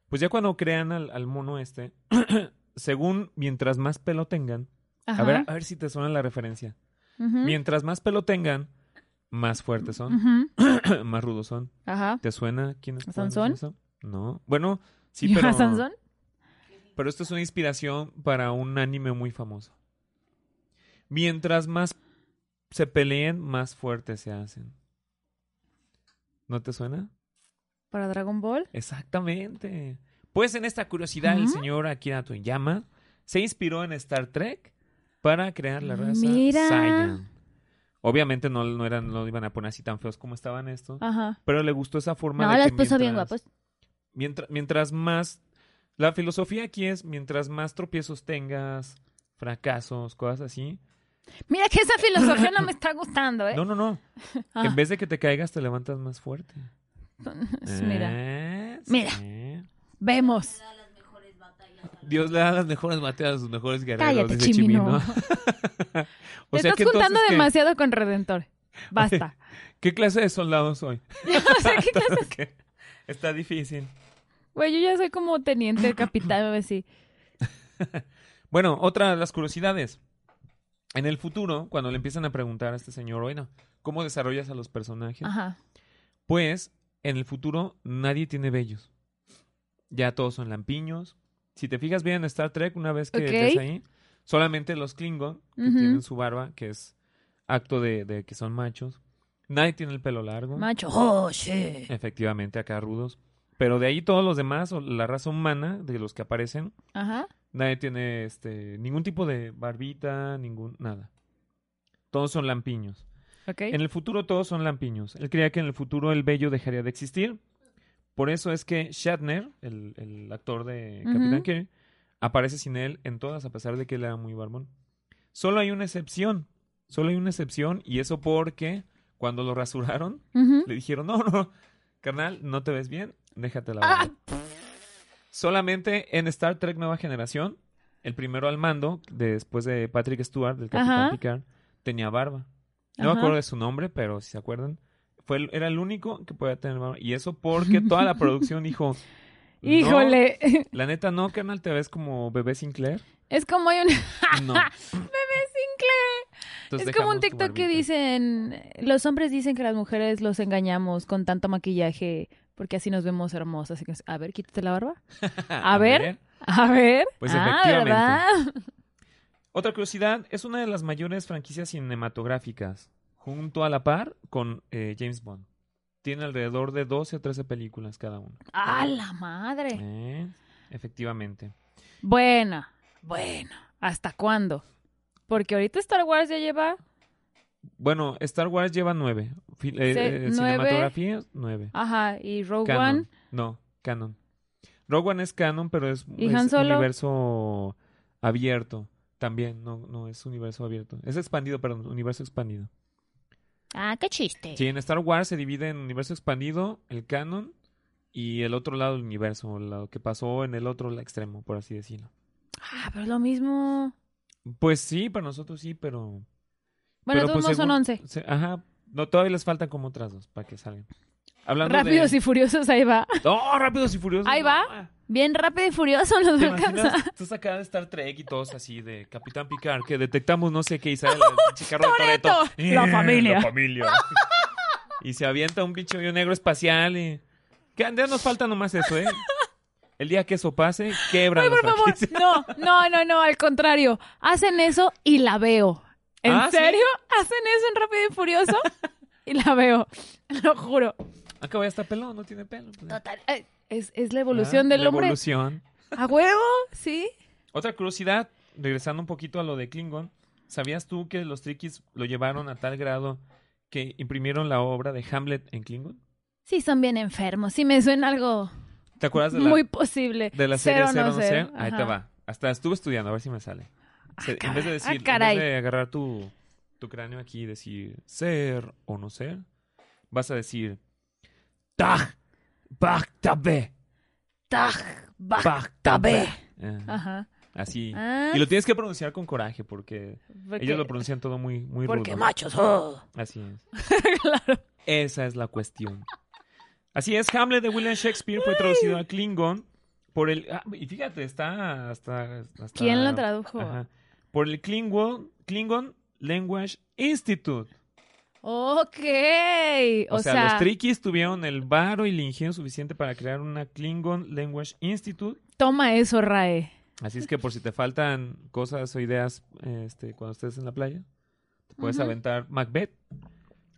S2: Pues ya cuando crean al, al mono este, según mientras más pelo tengan,
S1: Ajá.
S2: a ver, ah, a ver si te suena la referencia.
S1: Ujú.
S2: Mientras más pelo tengan, más fuertes son,
S1: Ujú.
S2: más rudos son.
S1: Ajá.
S2: ¿Te suena quién es?
S1: ¿A
S2: cuál es
S1: Sansón?
S2: eso? No. Bueno, sí,
S1: ¿Y
S2: pero
S1: a Sansón?
S2: pero esto es una inspiración para un anime muy famoso. Mientras más se peleen, más fuertes se hacen. ¿No te suena?
S1: ¿Para Dragon Ball?
S2: Exactamente. Pues en esta curiosidad, el
S1: Ujú.
S2: señor Akira Toriyama se inspiró en Star Trek para crear la raza
S1: Ah, Mira.
S2: Saiyan. Obviamente no, no eran, no iban a poner así tan feos como estaban estos,
S1: Ajá.
S2: pero le gustó esa forma
S3: No,
S2: de
S3: los
S2: que
S3: puso bien
S2: mientras-
S3: guapos.
S2: Mientras, mientras más... La filosofía aquí es, mientras más tropiezos tengas, fracasos, cosas así.
S1: Mira que esa filosofía no me está gustando, ¿eh?
S2: No, no, no.
S1: Ah.
S2: En vez de que te caigas, te levantas más fuerte.
S1: Mira,
S2: Eh,
S1: Mira.
S2: sí.
S1: vemos.
S2: Dios le da las mejores mateas a sus mejores guerreros,
S3: Cállate,
S2: dice Chimino.
S3: Chimino.
S2: o
S1: Te
S2: sea
S1: estás
S2: que
S1: juntando
S2: entonces, ¿qué-
S1: demasiado con Redentor. Basta.
S2: ¿qué, clase de soldado soy?
S1: o sea, ¿qué clase?
S2: Porque Está difícil.
S1: Güey, yo ya soy como teniente, capitán, o así.
S2: Bueno, otra de las curiosidades. En el futuro, cuando le empiezan a preguntar a este señor, bueno, ¿cómo desarrollas a los personajes?
S1: Ajá.
S2: Pues, en el futuro, nadie tiene vellos. Ya todos son lampiños. Si te fijas bien en Star Trek, una vez que
S1: Ok.
S2: estés ahí, solamente los Klingon, que
S1: Ujú.
S2: tienen su barba, que es acto de, de que son machos. Nadie tiene el pelo largo.
S1: Macho.
S3: Oh, shit.
S2: Efectivamente, acá rudos. Pero de ahí todos los demás, o la raza humana, de los que aparecen,
S1: Ajá.
S2: Nadie tiene este ningún tipo de barbita, ningún nada. Todos son lampiños.
S1: Ok.
S2: En el futuro todos son lampiños. Él creía que en el futuro el vello dejaría de existir. Por eso es que Shatner, el, el actor de Capitán
S1: Ujú.
S2: Kirk, aparece sin él en todas, a pesar de que él era muy barbón. Solo hay una excepción. Solo hay una excepción, y eso porque cuando lo rasuraron,
S1: Ujú.
S2: le dijeron, no, no, carnal, no te ves bien, déjate la barba.
S1: Ah,
S2: Solamente en Star Trek Nueva Generación, el primero al mando, de- después de Patrick Stewart, del Capitán
S1: Ajá.
S2: Picard, tenía barba. No
S1: Ajá.
S2: me acuerdo de su nombre, pero si se acuerdan, fue el- era el único que podía tener barba. Y eso porque toda la producción dijo... "No,
S1: Híjole.
S2: la neta, no, carnal, te ves como bebé Sinclair.
S1: Es como hay un.
S2: No. Entonces
S1: es como un
S2: dejamos tu
S1: TikTok que
S2: barbita.
S1: dicen, los hombres dicen que las mujeres los engañamos con tanto maquillaje porque así nos vemos hermosas. Así que, a ver, quítate la barba. A ver. A ver.
S2: Pues
S1: ah,
S2: efectivamente.
S1: ¿verdad?
S2: Otra curiosidad, es una de las mayores franquicias cinematográficas, junto a la par con eh, James Bond. Tiene alrededor de 12 o 13 películas cada uno.
S1: A la madre.
S2: Eh, Efectivamente.
S1: Bueno, bueno. ¿Hasta cuándo? Porque ahorita Star Wars ya lleva
S2: Bueno, Star Wars lleva 9.
S1: Se- nueve.
S2: eh, cinematografía, 9.
S1: Ajá, y Rogue One.
S2: Canon. No, canon. Rogue One es canon, pero es,
S1: ¿Y
S2: es
S1: Han Solo?
S2: universo abierto. También, no, no, es universo abierto. Es expandido, perdón, universo expandido.
S3: Ah, qué chiste.
S1: Eh.
S2: Sí, en Star Wars se divide en universo expandido, el canon, y el otro lado del universo, lo que pasó en el otro extremo, por así decirlo.
S1: Ah, pero es lo mismo.
S2: Pues sí, para nosotros sí, pero...
S1: Bueno,
S2: pero
S1: todos
S2: pues
S1: no son 11.
S2: según- se- Ajá, no, todavía les faltan como otras dos para que salgan. Hablando
S1: Rápidos
S2: de...
S1: y furiosos, ahí va.
S2: ¡No, Rápidos y Furiosos!
S1: Ahí
S2: no!
S1: va. Bien rápido y furioso los
S2: ¿Te
S1: va a alcanzar.
S2: imaginas? Estás acá de Star Trek y todos así de Capitán Picard, que detectamos no sé qué y sale el pinche carro de Toretto.
S1: Toretto. La familia.
S2: La familia. y se avienta un pinche hoyo negro espacial y... Que ya nos falta nomás eso, ¿eh? El día que eso pase, quebran
S1: Ay, por
S2: las
S1: favor,
S2: franquicias.
S1: no, no, no, no, al contrario. Hacen eso y la veo. ¿En
S2: Ah, ¿sí?
S1: serio? Hacen eso en Rápido y Furioso y la veo. Lo juro.
S2: Acá voy a estar pelón, no tiene pelo. pues.
S3: Total.
S1: Eh, Es, es la evolución
S2: Ah,
S1: del
S2: la
S1: hombre.
S2: evolución.
S1: A huevo, sí.
S2: Otra curiosidad, regresando un poquito a lo de Klingon, ¿sabías tú que los triquis lo llevaron a tal grado que imprimieron la obra de Hamlet en Klingon?
S1: Sí, son bien enfermos. Sí, me suena algo
S2: ¿Te acuerdas de la
S1: muy posible.
S2: De la serie Cero, no
S1: ser.
S2: ser. Ahí te
S1: Ajá.
S2: va. Hasta estuve estudiando, a ver si me sale. Se- en vez de
S1: ah,
S2: decir, en
S1: caray.
S2: vez de agarrar tu, tu cráneo aquí y decir ser o no ser, vas a decir Taj Bachtabe.
S1: Taj, Baj-
S2: Bachtabe.
S1: Ajá.
S2: Así.
S1: Ah,
S2: Y lo tienes que pronunciar con coraje porque
S1: porque-
S2: ellos lo pronuncian todo muy, muy
S3: Porque
S2: rudo.
S3: machos. oh.
S2: Así es.
S1: Claro.
S2: Esa es la cuestión. Así es, Hamlet de William Shakespeare fue traducido al Klingon por el... ah, y fíjate, está hasta... hasta-
S1: ¿Quién lo tradujo?
S2: Ah, Ajá. Por el Klingon, Klingon Language Institute.
S1: Ok.
S2: O, sea, los triquis tuvieron el varo y el ingenio suficiente para crear una Klingon Language Institute.
S1: toma eso, Rae.
S2: Así es que por si te faltan cosas o ideas este, cuando estés en la playa, te puedes
S1: Ujú.
S2: aventar Macbeth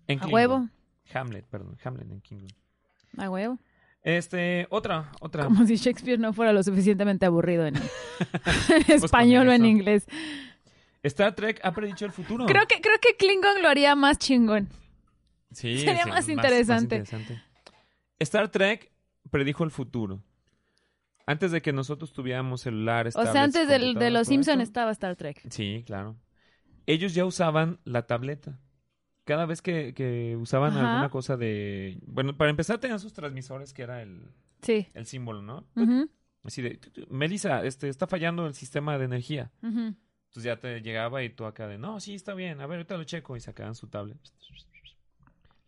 S2: en
S1: A
S2: Klingon.
S1: huevo,
S2: Hamlet, perdón, Hamlet en Klingon.
S1: a huevo.
S2: Este, otra, otra.
S1: Como si Shakespeare no fuera lo suficientemente aburrido en, en
S2: con
S1: español o en
S2: eso.
S1: inglés.
S2: Star Trek ha predicho el futuro.
S1: Creo que, creo que Klingon lo haría más chingón.
S2: Sí,
S1: Sería más interesante.
S2: interesante. Star Trek predijo el futuro. Antes de que nosotros tuviéramos celulares.
S1: O sea,
S2: tablets,
S1: antes del- de
S2: computadoras,
S1: los
S2: todo
S1: Simpsons
S2: esto.
S1: estaba Star Trek.
S2: Sí, claro. Ellos ya usaban la tableta. Cada vez que, que usaban
S1: Ajá.
S2: alguna cosa de... Bueno, para empezar tenían sus transmisores, que era el,
S1: Sí.
S2: el símbolo, ¿no?
S1: Ujú.
S2: Así de, "Tu, tu, Melissa, este, está fallando el sistema de energía.
S1: Ujú.
S2: Entonces ya te llegaba y tú acá de, no, sí, está bien, a ver, ahorita lo checo. Y sacaban su tablet.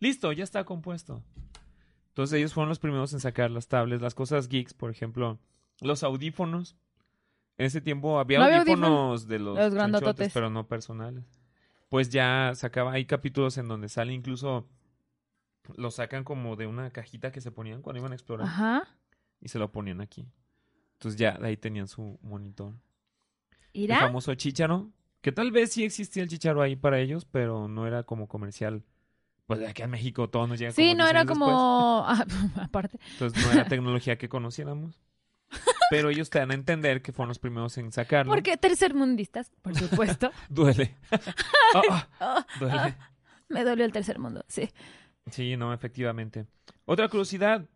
S2: Listo, ya está compuesto. Entonces ellos fueron los primeros en sacar las tablets, las cosas geeks, por ejemplo, los audífonos. En ese tiempo había
S1: No había
S2: audífonos de los,
S1: Los
S2: chanchotes,
S1: grandototes.
S2: pero no personales. Pues ya sacaba, hay capítulos en donde sale incluso, lo sacan como de una cajita que se ponían cuando iban a explorar
S1: Ajá.
S2: y se lo ponían aquí. Entonces ya de ahí tenían su monitor. El
S1: ¿Irá?
S2: famoso chicharo. Que tal vez sí existía el chicharo ahí para ellos, pero no era como comercial. Pues de aquí en México todo nos llega
S1: Sí,
S2: como
S1: no
S2: 10
S1: era
S2: años después.
S1: como... Ah, aparte.
S2: Entonces no era tecnología que conociéramos. Pero ellos te dan a entender que fueron los primeros en sacarlo.
S1: Porque tercermundistas, por supuesto.
S2: Duele. Ah, ah,
S1: Oh,
S2: duele.
S1: me dolió el tercer mundo, sí.
S2: Sí, no, efectivamente. Otra curiosidad.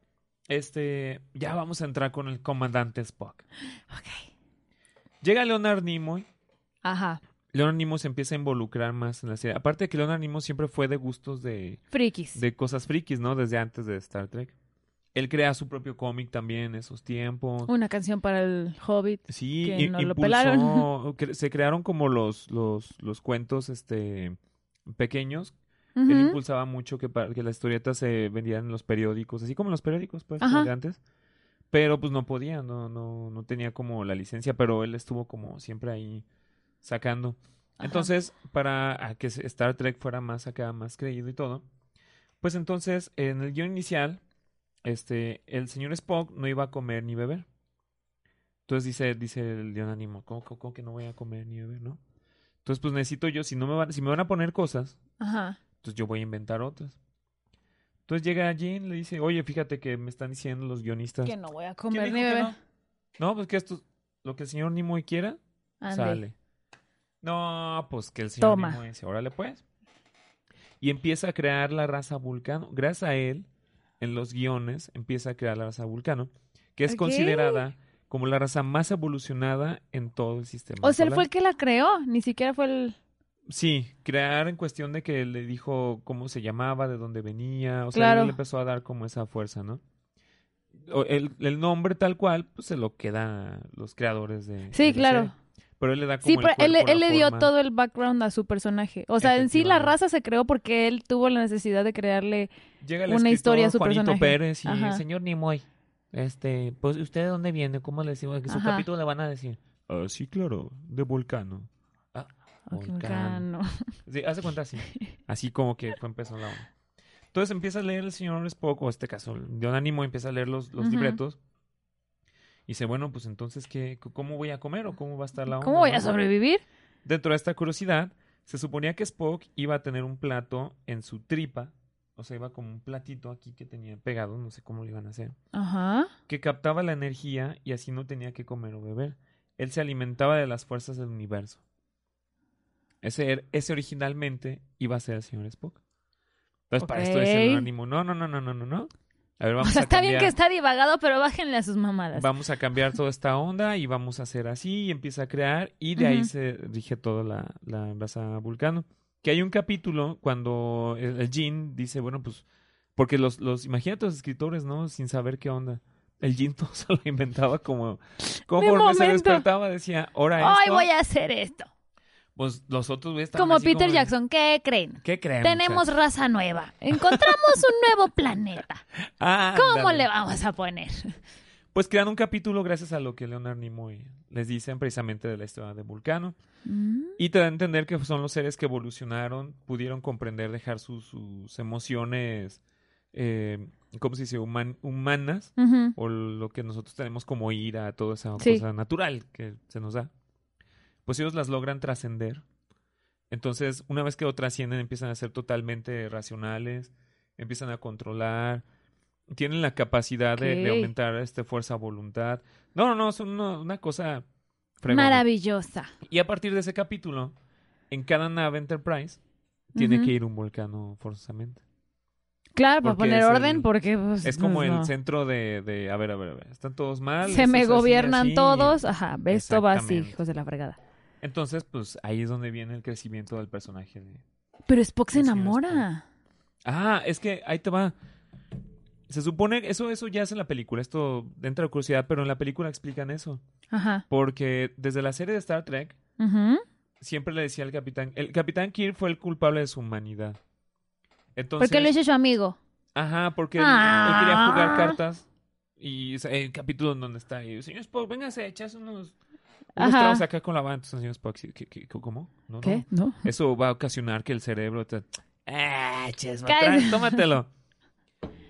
S2: Este, ya vamos a entrar con el comandante Spock.
S1: Ok.
S2: Llega Leonard Nimoy
S1: Ajá.
S2: Leonard Nimoy se empieza a involucrar más en la serie. Aparte de que Leonard Nimoy siempre fue de gustos de,
S1: Frikis.
S2: de cosas frikis, ¿no? Desde antes de Star Trek. Él crea su propio cómic también en esos tiempos.
S1: Una canción para el Hobbit.
S2: Sí,
S1: que
S2: i-
S1: no lo
S2: impulsó-
S1: pelaron.
S2: cre- se crearon como los, los, los cuentos este, pequeños. Él
S1: Ujú.
S2: impulsaba mucho que, para, que las historietas se vendieran en los periódicos, así como en los periódicos, pues, como
S1: Ajá.
S2: de antes. Pero pues no podía, no, no, no tenía como la licencia, pero él estuvo como siempre ahí sacando.
S1: Ajá.
S2: Entonces, para a que se- Star Trek fuera más acá, más creído y todo, pues entonces, en el guión inicial, este, el señor Spock no iba a comer ni beber. Entonces dice, dice el guión ánimo, ¿cómo, cómo- cómo que no voy a comer ni beber, no? Entonces, pues necesito yo, si no me van, si me van a poner cosas,
S1: Ajá.
S2: entonces yo voy a inventar otras. Entonces llega Jean, le dice, oye, fíjate que me están diciendo los guionistas.
S1: Que no voy a
S2: pues, "¿Quién
S1: comer
S2: dijo
S1: ni
S2: que
S1: beber.
S2: No? no, pues que esto, lo que el señor Nimoy quiera,
S1: Ande.
S2: Sale. No, pues que el señor
S1: Toma.
S2: Nimoy dice, órale pues. Y empieza a crear la raza vulcano. Gracias a él, en los guiones, empieza a crear la raza vulcano, que es
S1: Ok.
S2: considerada como la raza más evolucionada en todo el sistema.
S1: O sea, él fue
S2: solar.
S1: el que la creó, ni siquiera fue el...
S2: Sí, crear en cuestión de que le dijo cómo se llamaba, de dónde venía, o sea,
S1: Claro.
S2: él le empezó a dar como esa fuerza, ¿no? O El, el nombre tal cual, pues se lo quedan los creadores de...
S1: Sí,
S2: de la
S1: claro.
S2: serie. Pero él le da como
S1: Sí,
S2: el
S1: pero él,
S2: cuerpo, la
S1: él le dio
S2: forma.
S1: todo el background a su personaje. O sea, en sí la
S2: Efectivamente.
S1: raza se creó porque él tuvo la necesidad de crearle...
S2: Llega el
S1: una historia a
S2: escritor
S1: su
S2: Juanito
S1: personaje.
S2: Pérez y
S1: Ajá.
S2: señor Nimoy. Este, pues usted de dónde viene, cómo le decimos, que su
S1: Ajá.
S2: capítulo le van a decir. Ah, sí, claro, de Volcano.
S1: Ok,
S2: Volcán.
S1: volcano.
S2: Sí, hace cuenta así. Así como que fue empezó la onda. Entonces empieza a leer el señor Spock, o en este caso, de Nimoy empieza a leer los, los
S1: Ujú.
S2: libretos. Y dice, bueno, pues entonces, ¿qué, ¿cómo voy a comer o cómo va a estar la onda?
S1: ¿Cómo voy a
S2: no?
S1: sobrevivir?
S2: Dentro de esta curiosidad, se suponía que Spock iba a tener un plato en su tripa, o sea, iba como un platito aquí que tenía pegado, no sé cómo lo iban a hacer,
S1: Ajá.
S2: que captaba la energía y así no tenía que comer o beber. Él se alimentaba de las fuerzas del universo. Ese, er- ese originalmente iba a ser el señor Spock. Entonces, para esto dice el
S1: Ok.
S2: anónimo, no, no, no, no, no, no, no. A ver,
S1: O
S2: vamos
S1: sea,
S2: a
S1: está bien
S2: cambiar.
S1: que está divagado, pero bájenle a sus mamadas.
S2: Vamos a cambiar toda esta onda y vamos a hacer así y empieza a crear y de ahí
S1: Ujú.
S2: se rige toda la, la raza vulcano. Que hay un capítulo cuando el, el Jin dice, bueno, pues, porque los, los, imagínate los escritores, ¿no? Sin saber qué onda. El Jin todo se lo inventaba como, conforme se
S1: momento.
S2: despertaba decía, ahora
S1: Hoy
S2: esto,
S1: voy a hacer esto.
S2: pues los otros güeyes estaban
S1: Como
S2: así
S1: Peter
S2: de,
S1: Jackson, ¿qué creen?
S2: ¿Qué creen?
S3: Tenemos
S2: muchachos?
S3: raza nueva. Encontramos un nuevo planeta.
S1: ¿Cómo
S2: Ah, Ándale.
S1: le vamos a poner?
S2: Pues crean un capítulo gracias a lo que Leonard Nimoy les dicen precisamente de la historia de Vulcano.
S1: Mm.
S2: Y te da a entender que son los seres que evolucionaron, pudieron comprender, dejar sus, sus emociones, eh, ¿cómo se dice? Human- humanas,
S1: Ujú.
S2: o lo que nosotros tenemos como ira, toda esa
S1: Sí.
S2: cosa natural que se nos da. Pues ellos las logran trascender. Entonces, una vez que lo trascienden, empiezan a ser totalmente racionales, empiezan a controlar, tienen la capacidad de, de
S1: Ok.
S2: aumentar este, fuerza, voluntad. No, no, no, son una, una cosa fregona.
S1: Maravillosa.
S2: Y a partir de ese capítulo, en cada nave Enterprise tiene
S1: Ujú.
S2: que ir un volcano forzosamente.
S1: Claro, para
S2: Porque
S1: poner
S2: es
S1: orden,
S2: el-
S1: porque pues,
S2: Es como
S1: pues,
S2: el
S1: no.
S2: centro de, de, a ver, a ver, a ver, están todos mal.
S1: se
S2: esto
S1: me
S2: es así,
S1: gobiernan
S2: así.
S1: todos. Ajá, ves, esto va así,
S2: Exactamente.
S1: hijos de la fregada.
S2: Entonces, pues ahí es donde viene el crecimiento del personaje. de-
S1: Pero Spock se
S2: El señor
S1: enamora.
S2: Ah, es que ahí te va. Se supone, eso, eso ya es en la película, esto entra de curiosidad, pero en la película explican eso.
S1: Ajá.
S2: Porque desde la serie de Star Trek,
S1: Ujú.
S2: siempre le decía al capitán, el capitán Kirk fue el culpable de su humanidad. Entonces,
S3: Porque lo hizo su amigo.
S2: Ajá, porque él,
S3: Ah.
S2: él quería jugar cartas. Y o sea, el capítulo en donde está, y, señor Spock, véngase, echas unos, unos
S1: Ajá.
S2: tragos acá con la banda. Entonces, señor Spock, sí, ¿qué, qué- cómo No, no.
S1: ¿Qué? ¿No?
S2: Eso va a ocasionar que el cerebro te... ¡Ah, ches, ma-
S3: Cállate.
S2: tra- tómatelo!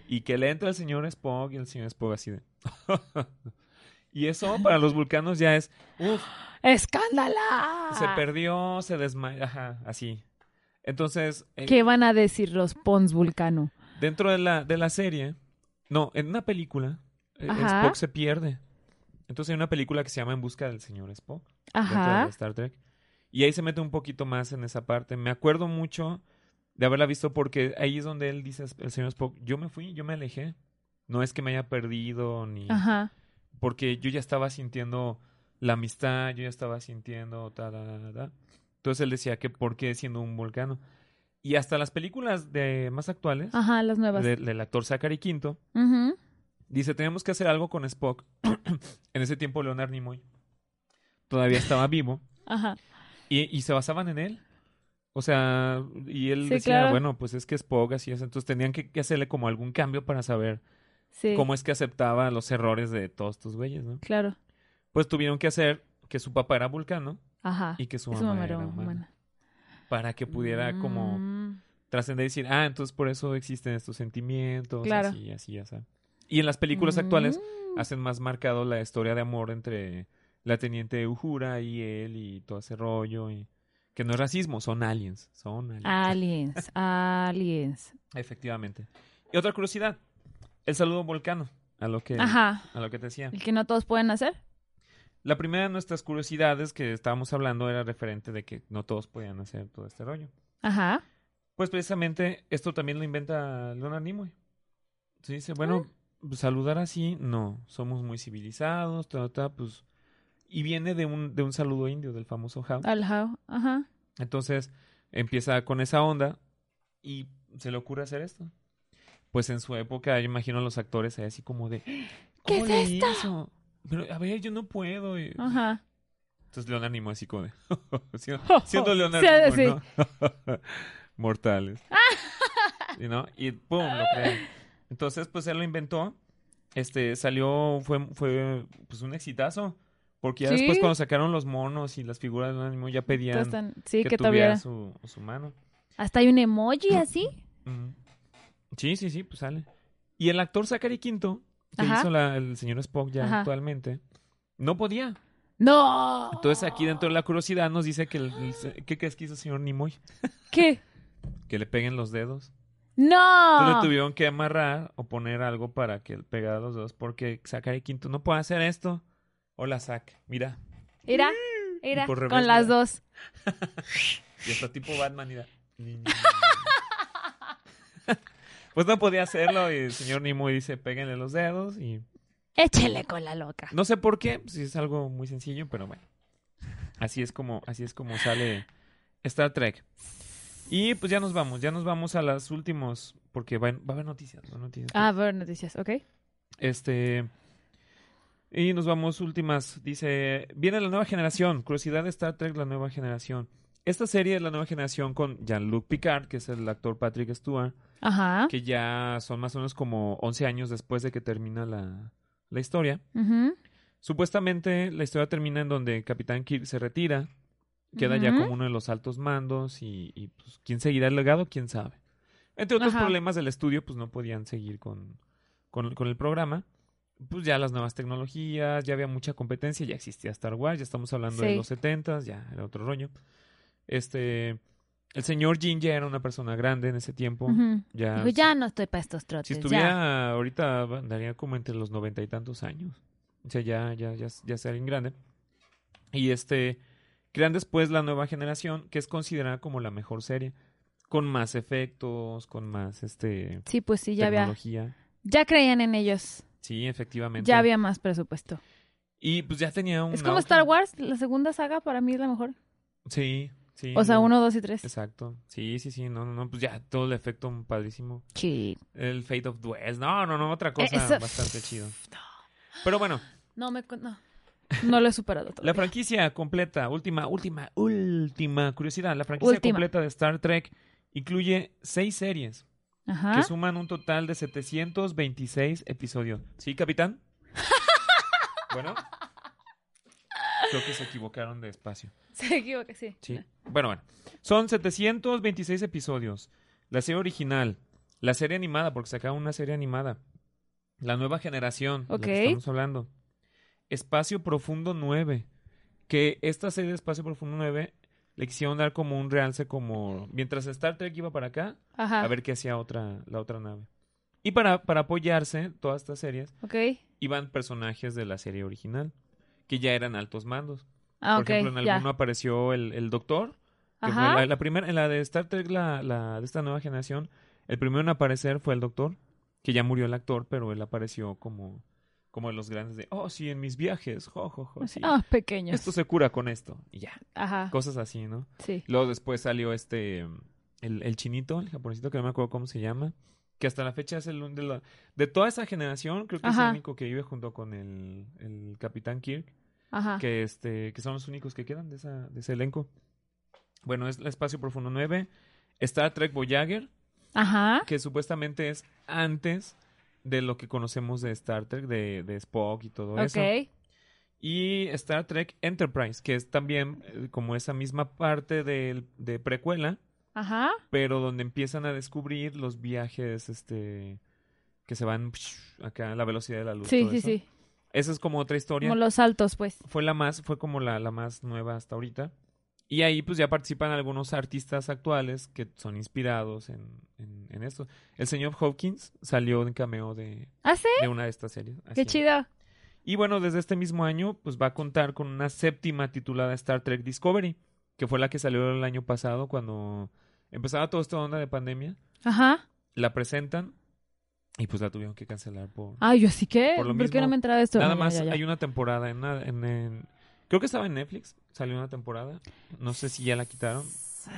S2: Y que le entra el señor Spock y el señor Spock así de... y eso para los vulcanos ya es... ¡Uf!
S1: ¡Escándala!
S2: Se perdió, se desmayó, ajá, así. Entonces, eh,
S1: ¿Qué van a decir los Pons Vulcano?
S2: dentro de la, de la serie... No, en una película, eh,
S1: Ajá.
S2: Spock se pierde. Entonces hay una película que se llama En busca del señor Spock. dentro de
S1: Ajá.
S2: Star Trek. Y ahí se mete un poquito más en esa parte. Me acuerdo mucho de haberla visto porque ahí es donde él dice, el señor Spock, yo me fui, yo me alejé. No es que me haya perdido, ni...
S1: Ajá.
S2: Porque yo ya estaba sintiendo la amistad, yo ya estaba sintiendo... Ta, da, da, da, da". Entonces él decía que por qué siendo un volcano. Y hasta las películas de más actuales,
S1: Ajá, las nuevas.
S2: de- del actor Zachary Quinto,
S1: Ujú.
S2: dice, tenemos que hacer algo con Spock. en ese tiempo Leonard Nimoy todavía estaba vivo.
S1: Ajá.
S2: Y, y se basaban en él. O sea, y él
S1: Sí,
S2: decía,
S1: claro.
S2: bueno, pues es que Spock así es. Entonces tenían que, que hacerle como algún cambio para saber
S1: Sí.
S2: cómo es que aceptaba los errores de todos estos güeyes, ¿no?
S1: Claro.
S2: Pues tuvieron que hacer que su papá era vulcano
S1: Ajá.
S2: y que su
S1: Es
S2: mamá,
S1: una
S2: era
S1: mero-
S2: humana,
S1: humana.
S2: Para que pudiera como
S1: Mm.
S2: trascender y decir, ah, entonces por eso existen estos sentimientos,
S1: Claro.
S2: así, así, así. Y en las películas actuales
S1: Mm.
S2: hacen más marcado la historia de amor entre la teniente Uhura y él y todo ese rollo y que no es racismo, son aliens, son aliens.
S1: Aliens, aliens.
S2: Efectivamente. Y otra curiosidad, el saludo volcano, a lo que
S1: Ajá.
S2: a lo que te decía.
S1: El que no todos pueden hacer.
S2: La primera de nuestras curiosidades que estábamos hablando era referente de que no todos podían hacer todo este rollo.
S1: Ajá.
S2: Pues precisamente esto también lo inventa Leonard Nimoy. Se dice,
S1: Ah.
S2: bueno, pues, saludar así, no, somos muy civilizados, ta, ta, pues... Y viene de un, de un saludo indio, del famoso how.
S1: Al how. Ajá.
S2: Entonces empieza con esa onda y se le ocurre hacer esto. Pues en su época, yo imagino a los actores ahí así como de...
S1: ¿Qué
S2: "¿Cómo
S1: es
S2: le hizo? Pero, a ver, yo no puedo. y-
S1: Ajá.
S2: Entonces Leonard Nimoy así como de... siendo, siendo Leonard
S1: Sí,
S2: Nimoy, ¿no? Mortales. y, ¿no? Y pum, lo crean. Entonces, pues él lo inventó. Este, salió, fue, fue pues un exitazo. Porque ya
S1: Sí.
S2: después cuando sacaron los monos y las figuras de Leonard Nimoy ya pedían
S1: Todos están- Sí,
S2: que,
S1: que, tuviera.
S2: tuviera su, su mano.
S3: Hasta hay un emoji así.
S2: Ujú. Sí, sí, sí, pues sale. Y el actor Zachary Quinto, que
S1: Ajá.
S2: hizo la- el señor Spock ya
S1: Ajá.
S2: actualmente, no podía.
S1: ¡No!
S2: Entonces aquí dentro de la curiosidad nos dice que... el- el- ¿Qué crees que hizo el señor Nimoy?
S1: ¿Qué?
S2: Que le peguen los dedos. Entonces
S1: ¡No!
S2: le tuvieron que amarrar o poner algo para que él pegara los dedos porque Zachary Quinto no puede hacer esto. Hola, Zach. Mira.
S1: Era,
S2: Y
S1: era,
S2: por revés,
S1: con las
S2: mira.
S1: dos.
S2: Y hasta tipo Batman mira. Pues no podía hacerlo y el señor Nimoy dice, péguenle los dedos y...
S3: Échele con la loca.
S2: No sé por qué, si es algo muy sencillo, pero bueno. Así es como, así es como sale Star Trek. Y pues ya nos vamos, ya nos vamos a las últimas, porque va, va a haber noticias, va a haber noticias.
S1: Ah, ver noticias, ¿ok?
S2: Este. Y nos vamos últimas. Dice, viene la nueva generación. Curiosidad de Star Trek, la nueva generación. Esta serie es la nueva generación con Jean-Luc Picard, que es el actor Patrick Stewart,
S1: Ajá.
S2: que ya son más o menos como 11 años después de que termina la, la historia.
S1: Ujú.
S2: Supuestamente la historia termina en donde Capitán Kirk se retira, queda ya
S1: Ujú.
S2: como uno de los altos mandos y, y, pues, quién seguirá el legado, quién sabe. Entre otros
S1: Ajá.
S2: problemas del estudio, pues no podían seguir con, con, con el programa. Pues ya las nuevas tecnologías, ya había mucha competencia, ya existía Star Wars, ya estamos hablando de
S1: Sí.
S2: los 70 ya era otro rollo. Este, el señor Jin ya era una persona grande en ese tiempo.
S1: Ujú.
S2: Ya,
S3: Dijo, ya no estoy para estos trotes.
S2: Ah, si estuviera
S3: ya.
S2: ahorita, andaría como entre los noventa y tantos años. O sea, ya, ya, ya, ya es alguien grande. Y este, crean después la nueva generación, que es considerada como la mejor serie. Con más efectos, con más este
S1: Sí, pues sí, ya había.
S2: tecnología.
S1: Ya creían en ellos.
S2: Sí, efectivamente.
S1: Ya había más presupuesto.
S2: Y pues ya tenía un.
S1: Es como
S2: auge.
S1: Star Wars, la segunda saga para mí es la mejor.
S2: Sí. Sí,
S1: O sea,
S2: no.
S1: uno, dos y tres.
S2: Exacto. Sí, sí, sí. No, no, no. Pues ya todo el efecto padrísimo.
S1: Sí.
S2: El Fate of Duels. No, no, no. Otra cosa
S1: Eh, Eso-
S2: bastante chido. Pero bueno,
S1: No, me, con- no. No lo he superado
S2: la
S1: todavía.
S2: franquicia completa, última, última, última curiosidad. La franquicia
S1: Última.
S2: completa de Star Trek incluye seis series
S1: Ajá.
S2: que suman un total de 726 episodios. ¿Sí, capitán? bueno. Creo que se equivocaron de espacio.
S1: Se equivoca, sí.
S2: Sí. ¿Eh? Bueno, bueno. Son 726 episodios. La serie original, la serie animada, porque sacaron una serie animada. La nueva generación, de la que
S1: Ok.
S2: estamos hablando. Espacio Profundo 9. Que esta serie de Espacio Profundo 9 le quisieron dar como un realce como... Mientras Star Trek iba para acá,
S1: Ajá.
S2: a ver qué hacía otra, la otra nave. Y para, para apoyarse, todas estas series,
S1: Ok.
S2: iban personajes de la serie original, que ya eran altos mandos.
S1: Ah,
S2: Por
S1: ok.
S2: ejemplo, en
S1: ya.
S2: alguno apareció el, el Doctor, que fue
S1: Ajá.
S2: la, la primera, en la de Star Trek, la, la de esta nueva generación, el primero en aparecer fue el Doctor, que ya murió el actor, pero él apareció como, como en los grandes de, oh, sí, en mis viajes, jo, jo, jo, sí.
S1: Ah, pequeños.
S2: Esto se cura con esto, y ya,
S1: Ajá.
S2: cosas así, ¿no?
S1: Sí.
S2: Luego después salió este, el, el chinito, el japonesito, que no me acuerdo cómo se llama, que hasta la fecha es el un- de, la- de toda esa generación, creo que es
S1: Ajá.
S2: el único que vive junto con el, el Capitán Kirk
S1: Ajá.
S2: que este que son los únicos que quedan de, esa, de ese elenco. Bueno, es el Espacio Profundo 9, Star Trek Voyager,
S1: Ajá.
S2: que supuestamente es antes de lo que conocemos de Star Trek, de, de Spock y todo eso.
S1: Ok.
S2: Y Star Trek Enterprise, que es también eh, como esa misma parte del- de, precuela,
S1: Ajá.
S2: pero donde empiezan a descubrir los viajes este que se van acá a la velocidad de la luz.
S1: Sí,
S2: todo
S1: sí,
S2: eso.
S1: sí.
S2: Esa es como otra historia.
S1: Como los saltos, pues.
S2: fue la más, fue como la, la más nueva hasta ahorita. Y ahí pues ya participan algunos artistas actuales que son inspirados en, en- en esto. El señor Hopkins salió en cameo de,
S1: ¿Ah, sí?
S2: de una de estas series. Así
S1: Qué
S2: es.
S1: chido.
S2: Y bueno, desde este mismo año pues va a contar con una séptima titulada Star Trek Discovery, que fue la que salió el año pasado cuando empezaba toda esta onda de pandemia.
S1: Ajá.
S2: La presentan y pues la tuvieron que cancelar por,
S1: Ah, yo sí que.
S2: Por lo
S1: ¿Por qué
S2: mismo,
S1: no me entraba esto?
S2: Nada
S1: Ah, ya,
S2: más
S1: ya, ya.
S2: hay una temporada en, la- en- en- Creo que estaba en Netflix, salió una temporada. No sé si ya la quitaron,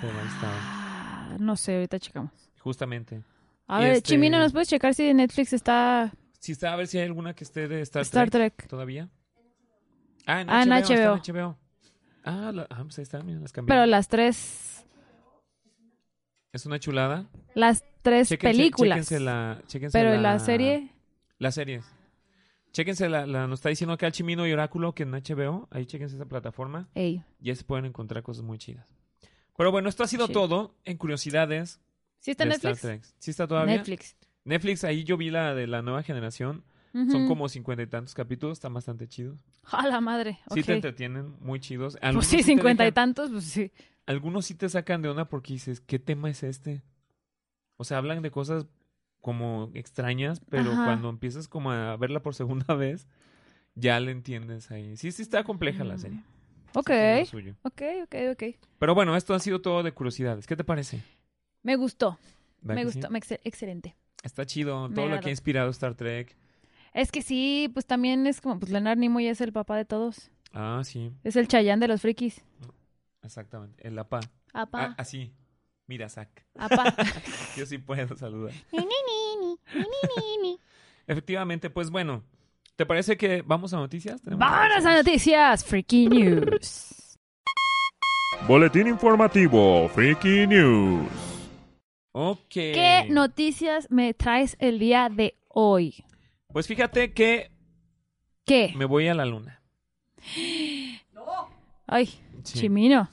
S2: pero ahí estaba.
S1: Ah, No sé, ahorita checamos.
S2: Justamente.
S1: A
S2: Y
S1: ver,
S2: este-
S1: Chimino, ¿nos puedes checar si Netflix está
S2: Si está, a ver si hay alguna que esté de Star,
S1: Star
S2: Trek,
S1: Trek?
S2: todavía. Ah, en
S1: Ah, en
S2: HBO. está en
S1: HBO.
S2: HBO. Ah, la- ah, pues ahí está, mira, las cambié.
S1: Pero las tres.
S2: Es una chulada.
S1: Las tres
S2: Chéquense-
S1: películas.
S2: Chéquense la, chéquense
S1: pero
S2: la,
S1: en la serie.
S2: Las series. Chéquense la, la- nos está diciendo acá el Chimino y Oráculo que en HBO, ahí chéquense esa plataforma.
S1: Ey.
S2: Ya se pueden encontrar cosas muy chidas. Pero bueno, esto ha sido
S1: Chido.
S2: todo en curiosidades.
S1: ¿Sí está en
S2: de Star
S1: Netflix?
S2: Trek. ¿Sí está todavía? Netflix.
S1: Netflix.
S2: ahí yo vi la de la nueva generación. Son
S1: Ujú.
S2: como cincuenta y tantos capítulos, están bastante chidos.
S1: A la madre.
S2: Sí te
S1: ok.
S2: entretienen, muy chidos.
S1: Pues
S2: Algunos
S1: sí,
S2: te
S1: cincuenta y
S2: dejan-
S1: tantos, pues sí.
S2: Algunos sí te sacan de onda porque dices, ¿qué tema es este? O sea, hablan de cosas como extrañas, pero
S1: Ajá.
S2: cuando empiezas como a verla por segunda vez, ya le entiendes ahí. Sí, sí está compleja la serie. sí
S1: Ok,
S2: tiene lo suyo.
S1: ok, ok, ok.
S2: Pero bueno, esto ha sido todo de curiosidades. ¿Qué te parece?
S1: Me gustó, me
S2: ¿Verdad que sí?
S1: gustó, me excel- excelente.
S2: Está chido,
S1: Me
S2: todo lo que
S1: agradó.
S2: ha inspirado Star Trek.
S1: Es que sí, pues también es como, pues Leonard Nimoy es el papá de todos.
S2: Ah, sí,
S1: Es el chayán de los frikis.
S2: exactamente. El APA.
S1: Apa,
S2: Ah, así. Mira, Zac.
S1: apa.
S2: Yo sí puedo saludar.
S3: Ni, ni, ni, ni, ni, ni, ni.
S2: Efectivamente, pues bueno. ¿Te parece que vamos a noticias? Tenemos-
S1: ¡Vámonos a noticias! Freaky News.
S4: Boletín informativo, Freaky News.
S2: Ok.
S1: ¿Qué
S2: Eh.
S1: noticias me traes el día de hoy?
S2: Pues fíjate que
S1: ¿Qué?
S2: me voy a la luna.
S1: Ay,
S2: Sí.
S1: Chimino.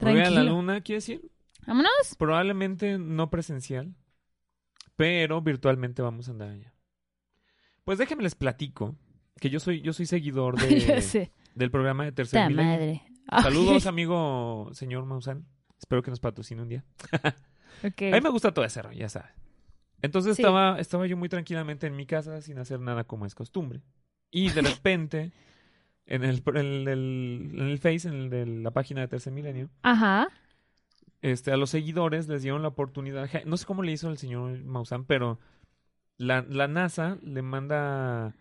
S2: Me voy a la
S1: Tranquilo.
S2: luna, quiere decir.
S1: Vámonos.
S2: Probablemente no presencial, pero virtualmente vamos a andar allá. Pues déjenme les platico que yo soy, yo soy seguidor
S1: Yo
S2: de,
S1: sé.
S2: del programa de Tercer
S1: Ta
S2: Milenio.
S1: madre.
S2: Eh, Saludos, amigo señor Maussan. Espero que nos patrocine un día. A mí
S1: Ok.
S2: me gusta todo ese rollo, ya sabes. Entonces
S1: Sí.
S2: estaba, estaba yo muy tranquilamente en mi casa sin hacer nada como es costumbre. Y de repente, en el, en el, en el Face, en el de la página de Tercer Milenio,
S1: Ajá.
S2: este, a los seguidores les dieron la oportunidad. ja- No sé cómo le hizo el señor Maussan, pero la, la NASA le manda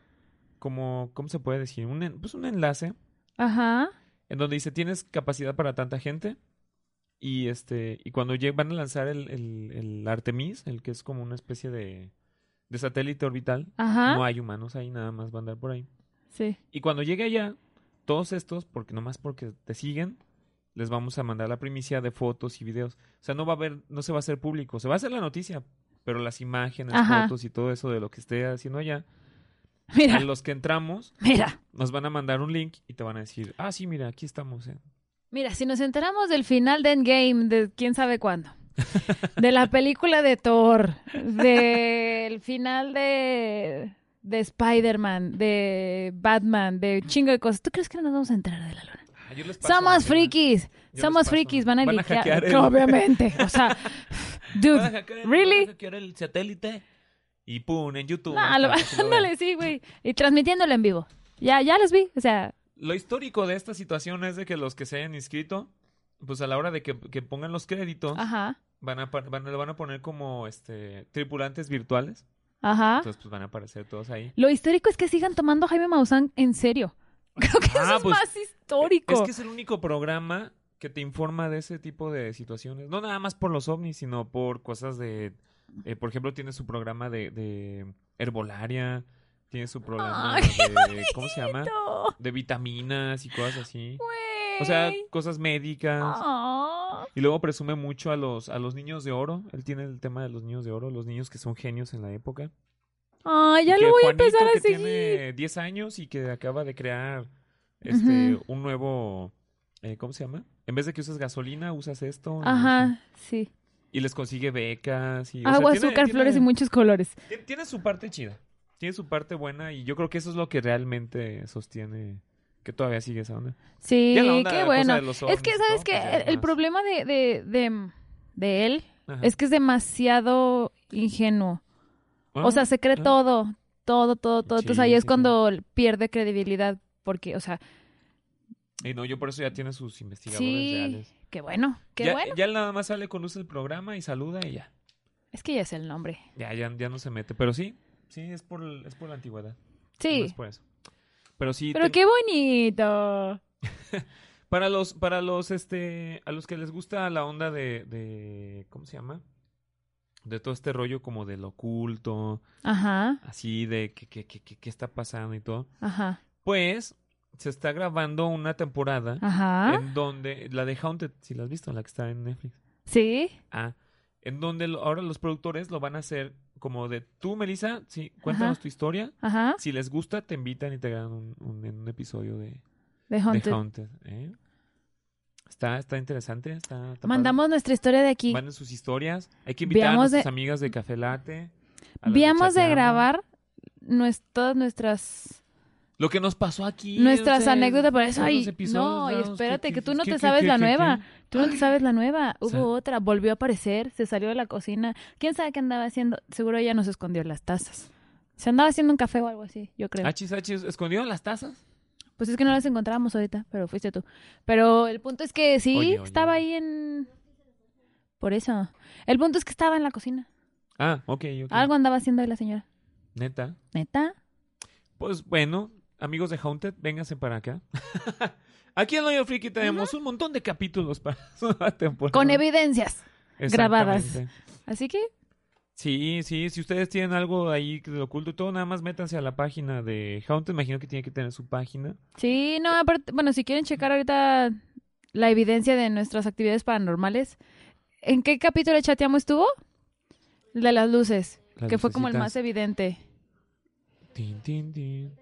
S2: como, ¿cómo se puede decir? Un, en- pues un enlace
S1: Ajá.
S2: en donde dice, tienes capacidad para tanta gente. Y este, y cuando lleg- van a lanzar el, el- el Artemis, el que es como una especie de, de satélite orbital,
S1: Ajá.
S2: no hay humanos ahí, nada más van a andar por ahí.
S1: Sí.
S2: Y cuando llegue allá, todos estos, porque nomás porque te siguen, les vamos a mandar la primicia de fotos y videos. O sea, no va a haber, no se va a hacer público, se va a hacer la noticia, pero las imágenes,
S1: Ajá.
S2: fotos y todo eso de lo que esté haciendo allá, a
S1: Mira,
S2: los que entramos,
S1: mira.
S2: nos van a mandar un link y te van a decir, ah, sí, mira, aquí estamos. eh".
S1: Mira, si nos enteramos del final de Endgame, de quién sabe cuándo, de la película de Thor, del final de, de Spider-Man, de Batman, de chingo de cosas, ¿tú crees que no nos vamos a enterar de la luna?
S2: Ah, yo les paso la
S1: Somos
S2: luna.
S1: frikis,
S2: les
S1: somos
S2: paso.
S1: frikis, van a,
S2: Van a
S1: liquear-
S2: hackear el-
S1: Obviamente, o sea, dude, ¿really?
S2: el satélite y pum, en YouTube.
S1: No, a lo- ándale, sí, güey. Y transmitiéndolo en vivo. Ya, ya los vi. O sea,
S2: Lo histórico de esta situación es de que los que se hayan inscrito, pues a la hora de que, que pongan los créditos,
S1: ajá,
S2: van a, pa- van, a- lo van a poner como este tripulantes virtuales.
S1: ajá.
S2: Entonces, pues van a aparecer todos ahí.
S1: Lo histórico es que sigan tomando a Jaime Maussan en serio. Creo que eso
S2: Ah,
S1: es
S2: pues,
S1: más histórico.
S2: Es que es el único programa que te informa de ese tipo de situaciones. No nada más por los ovnis, sino por cosas de... eh, por ejemplo, tiene su programa de, de herbolaria, tiene su programa
S1: Ay,
S2: de... ¿Cómo se llama?
S1: No,
S2: De vitaminas y cosas así.
S1: güey.
S2: O sea, cosas médicas.
S1: Ah.
S2: Y luego presume mucho a los, a los niños de oro. Él tiene el tema de los niños de oro, los niños que son genios en la época.
S1: Ay, ah, ya
S2: Y que
S1: lo voy a
S2: Juanito,
S1: empezar a
S2: que
S1: seguir.
S2: tiene 10 años y que acaba de crear este un nuevo eh, ¿cómo se llama? En vez de que uses gasolina, usas esto. y así.
S1: Ajá, sí.
S2: Y les consigue becas y o sea,
S1: Agua,
S2: tiene-
S1: azúcar,
S2: tiene-
S1: flores y muchos colores.
S2: ti- Tiene su parte chida. Tiene su parte buena y yo creo que eso es lo que realmente sostiene que todavía sigue esa onda.
S1: Sí,
S2: Ya la onda,
S1: qué
S2: la cosa
S1: bueno.
S2: de los
S1: Es que,
S2: ovnis,
S1: ¿sabes
S2: ¿no?
S1: qué?
S2: Pues ya
S1: El, el
S2: más.
S1: problema de, de, de, de él
S2: Ajá.
S1: es que es demasiado ingenuo.
S2: Ah,
S1: O sea, se cree
S2: ah.
S1: todo, todo, todo, todo. Entonces ahí
S2: Sí,
S1: es
S2: sí,
S1: cuando pierde credibilidad, porque, o sea,
S2: y no, yo por eso ya tiene sus investigadores
S1: sí,
S2: reales.
S1: qué bueno, qué
S2: ya,
S1: bueno.
S2: ya él nada más sale, conduce el programa y saluda y ya.
S1: Es que ya es el nombre.
S2: Ya, ya, ya no se mete. Pero sí, sí, es por, el- es por la antigüedad. No es
S1: Sí,
S2: por eso. Pero sí,
S1: pero
S2: ten-
S1: qué bonito.
S2: para los, para los, este, a los que les gusta la onda de, de, ¿cómo se llama? De todo este rollo como del oculto,
S1: Ajá,
S2: así de qué que, que, que- qué está pasando y todo.
S1: ajá,
S2: Pues, se está grabando una temporada
S1: ajá.
S2: en donde, la de Haunted, si la has visto, la que está en Netflix.
S1: Sí,
S2: Ah, en donde lo- ahora los productores lo van a hacer como de tú, Melissa, sí, cuéntanos
S1: Ajá.
S2: tu historia.
S1: ajá.
S2: Si les gusta, te invitan y te graban un, un- en un episodio de
S1: De
S2: de
S1: Haunted.
S2: Haunted. ¿eh? está, está interesante. Está, está
S1: Mandamos nuestra historia de
S2: padre.
S1: aquí.
S2: Manden sus historias. Hay que invitar
S1: Veamos
S2: a nuestras
S1: de-
S2: amigas de Café Late. a las de
S1: Veamos de
S2: Chateando.
S1: grabar nues- todas nuestras
S2: Lo que nos pasó aquí.
S1: nuestras
S2: o sea,
S1: anécdotas por eso
S2: todos
S1: ay,
S2: los episodios,
S1: no y
S2: dados,
S1: espérate
S2: ¿qué-
S1: que
S2: qué-
S1: tú no
S2: qué-
S1: te
S2: qué-
S1: sabes
S2: qué-
S1: la
S2: qué-
S1: nueva
S2: qué?
S1: tú no te sabes la nueva hubo
S2: sea-
S1: otra volvió a aparecer se salió de la cocina quién sabe qué andaba haciendo seguro ella nos escondió las tazas se andaba haciendo un café o algo así yo creo
S2: Achis, achis, ¿escondieron ah, las tazas?
S1: pues es que no las encontrábamos ahorita pero fuiste tú pero el punto es que sí
S2: Oye, oye,
S1: estaba
S2: oye.
S1: ahí en por eso el punto es que estaba en la cocina
S2: Ah, ok, ok.
S1: algo andaba haciendo ahí la señora
S2: Neta.
S1: neta
S2: Pues bueno, amigos de Haunted, vénganse para acá. Aquí en Loyo Friki tenemos un montón de capítulos para su nueva temporada.
S1: con evidencias grabadas.
S2: Exactamente.
S1: así que
S2: Sí, sí, si ustedes tienen algo ahí que de oculto y todo, nada más métanse a la página de Haunted, imagino que tiene que tener su página.
S1: Sí, no, aparte, bueno, si quieren checar ahorita la evidencia de nuestras actividades paranormales, ¿en qué capítulo de chateamos estuvo? El de las luces,
S2: Las
S1: que fue como el más
S2: lucecitas.
S1: evidente.
S2: Tin, tin, tin.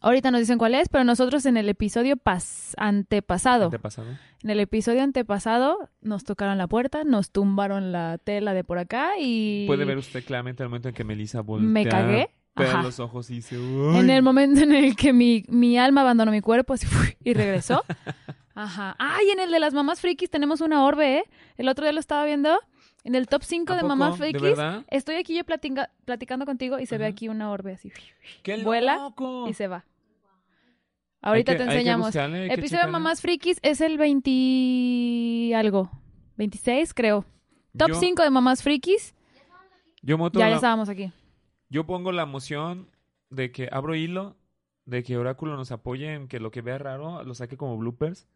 S1: Ahorita nos dicen cuál es, pero nosotros en el episodio pas- antepasado,
S2: Antepasado.
S1: en el episodio antepasado nos tocaron la puerta, nos tumbaron la tela de por acá y
S2: Puede ver usted claramente el momento en que Melissa voltea.
S1: me cagué.
S2: pega
S1: Ajá.
S2: los ojos y dice,
S1: En
S2: "Uy".
S1: el momento en el que mi, mi alma abandonó mi cuerpo así, ¡fui! y regresó. Ajá. Ay, en el de las mamás frikis tenemos una orbe, ¿eh? El otro día lo estaba viendo. En el top 5
S2: ¿A
S1: de
S2: poco?
S1: mamás
S2: ¿De
S1: frikis.
S2: verdad?
S1: Estoy aquí yo platica- platicando contigo y se ve
S2: Ajá.
S1: aquí una orbe así. ¡fui!
S2: ¡Qué
S1: Vuela
S2: loco!
S1: Y se va. Ahorita
S2: Hay
S1: te
S2: que- hay que
S1: enseñamos.
S2: buscarle, hay que
S1: Episodio de
S2: checarle.
S1: mamás frikis es el 20 algo. 26, creo. Top
S2: Yo-
S1: 5 de mamás frikis.
S2: Yo, moto
S1: Ya,
S2: la-
S1: ya estábamos aquí.
S2: yo pongo la moción de que abro hilo, de que Oráculo nos apoye en que lo que vea raro lo saque como bloopers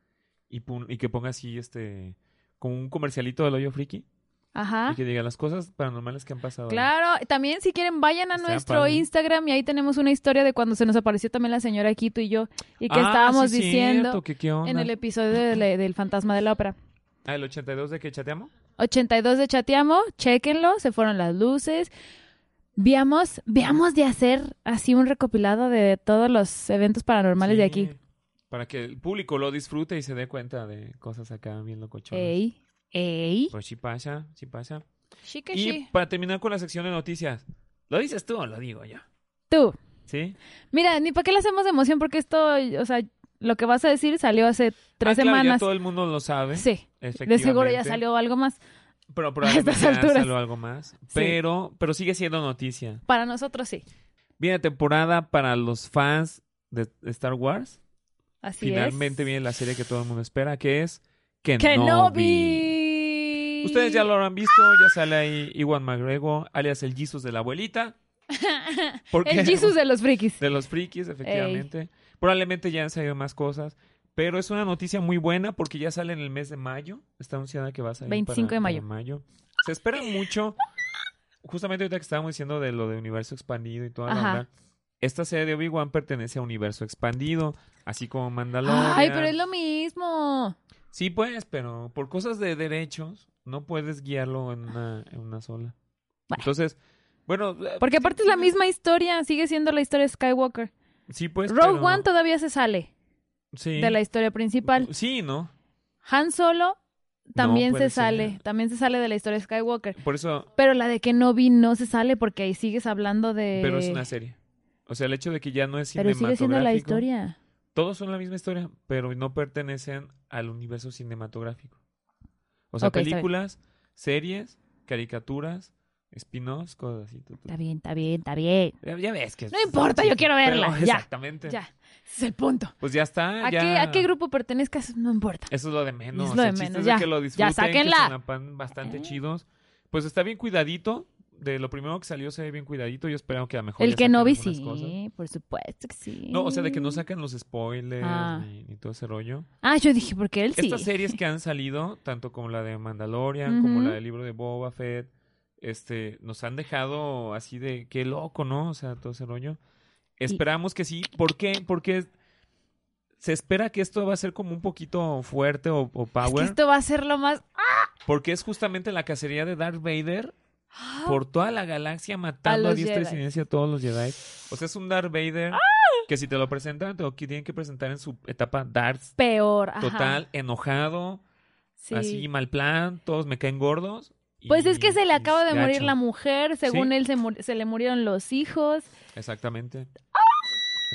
S2: y, pon- y que ponga así este como un comercialito del hoyo friki
S1: Ajá.
S2: y que diga las cosas paranormales que han pasado.
S1: Ah. Claro, también si quieren vayan a
S2: Está
S1: nuestro
S2: padre.
S1: Instagram y ahí tenemos una historia de cuando se nos apareció también la señora Quito y yo y que
S2: Ah,
S1: estábamos
S2: sí,
S1: diciendo
S2: cierto, que qué onda.
S1: en el episodio de- de- del fantasma de la ópera.
S2: Ah, el 82 de que chateamos.
S1: 82 de Chateamo, chéquenlo, se fueron las luces. Veamos, veamos de hacer así un recopilado de todos los eventos paranormales de aquí.
S2: Sí, Para que el público lo disfrute y se dé cuenta de cosas acá bien locochonas.
S1: Ey, ey.
S2: Pues sí pasa, sí pasa.
S1: Sí que
S2: Y
S1: sí.
S2: para terminar con la sección de noticias, ¿lo dices tú o lo digo yo?
S1: Tú.
S2: ¿Sí?
S1: Mira, ni para qué le hacemos de emoción porque esto, o sea, lo que vas a decir salió hace tres
S2: Ah, claro, ya
S1: semanas.
S2: todo el mundo lo sabe.
S1: Sí, de
S2: efectivamente.
S1: seguro ya salió algo más.
S2: Pero probablemente
S1: a estas
S2: ya
S1: alturas.
S2: salió algo más. Pero, pero sigue siendo noticia.
S1: Para nosotros sí.
S2: Viene temporada para los fans de Star Wars.
S1: Así
S2: Finalmente viene la serie que todo el mundo espera, que es
S1: es.
S2: Kenobi.
S1: Kenobi.
S2: Ustedes ya lo habrán visto, ya sale ahí Iwan McGregor, alias el Jesus de la abuelita. Porque-
S1: El Jesus de los frikis.
S2: De los frikis, efectivamente. Probablemente ya han salido más cosas. Pero es una noticia muy buena porque ya sale en el mes de mayo. Está anunciada que va a salir.
S1: 25 de mayo.
S2: Se espera mucho. Justamente ahorita que estábamos diciendo de lo de universo expandido y toda
S1: Ajá.
S2: la onda. Esta serie de Obi-Wan pertenece a universo expandido, así como Mandalorian.
S1: Ay, pero es lo mismo.
S2: Sí, pues, pero por cosas de derechos no puedes guiarlo en una, en una sola.
S1: Bueno.
S2: Entonces, bueno. eh,
S1: Porque aparte es la misma historia, sigue siendo la historia de Skywalker.
S2: Sí, pues.
S1: Rogue
S2: pero-
S1: One todavía se sale
S2: sí.
S1: de la historia principal.
S2: Sí, ¿no?
S1: Han Solo también
S2: puede
S1: se
S2: ser.
S1: sale, también se sale de la historia de Skywalker.
S2: Por eso
S1: Pero la de Kenobi no se sale porque ahí sigues hablando de...
S2: Pero es una serie. O sea, el hecho de que ya no es
S1: Eh, Pero
S2: cinematográfico.
S1: sigue siendo la historia.
S2: Todos son la misma historia, pero no pertenecen al universo cinematográfico. O sea,
S1: Ok, está bien.
S2: películas, series, caricaturas, spin-offs, cosas así. tu, tu.
S1: Está bien, está bien, está bien.
S2: Ya, ya ves que...
S1: No importa, yo quiero verla,
S2: Pero,
S1: ya,
S2: Exactamente.
S1: Ya, ese es el punto.
S2: Pues ya está.
S1: ¿A,
S2: ya.
S1: qué, a qué grupo pertenezcas? No importa.
S2: Eso es lo de menos.
S1: Es lo de
S2: el chiste
S1: menos,
S2: es
S1: ya.
S2: que lo
S1: Ya,
S2: disfruten,
S1: sáquenla.
S2: que se la pasen bastante chidos. Pues está bien cuidadito. De lo primero que salió se ve bien cuidadito. Yo espero que a lo mejor
S1: El
S2: ya saquen
S1: Kenobi
S2: algunas
S1: sí,
S2: cosas.
S1: por supuesto que sí.
S2: No, o sea, de que no sacan los spoilers
S1: Mm. Ah.
S2: ni, ni todo ese rollo.
S1: Ah, yo dije, porque él sí.
S2: Estas series que han salido, tanto como la de Mandalorian, como
S1: Ujú.
S2: la del libro de Boba Fett, este, nos han dejado así de qué loco, ¿no? O sea, todo ese rollo. Esperamos que sí. ¿Por qué? Porque se espera que esto va a ser como un poquito fuerte o, o
S1: Es que
S2: power.
S1: esto va a ser lo más...
S2: Porque es justamente la cacería de Darth Vader
S1: ¡Ah!
S2: por toda la galaxia matando a,
S1: los
S2: diestra y
S1: Jedi. ¡Ah!
S2: siniestra a todos los Jedi. O sea, es un Darth Vader que si te lo presentan, te lo qui- tienen que presentar en su etapa Darth
S1: Peor. ajá.
S2: total, enojado,
S1: Sí.
S2: así mal plan, todos me caen gordos. y-
S1: Pues es que se le
S2: y
S1: acaba de morir
S2: gacho.
S1: la mujer, según
S2: Sí.
S1: él se, mur- se le murieron los hijos.
S2: Exactamente.
S1: ¡Ah!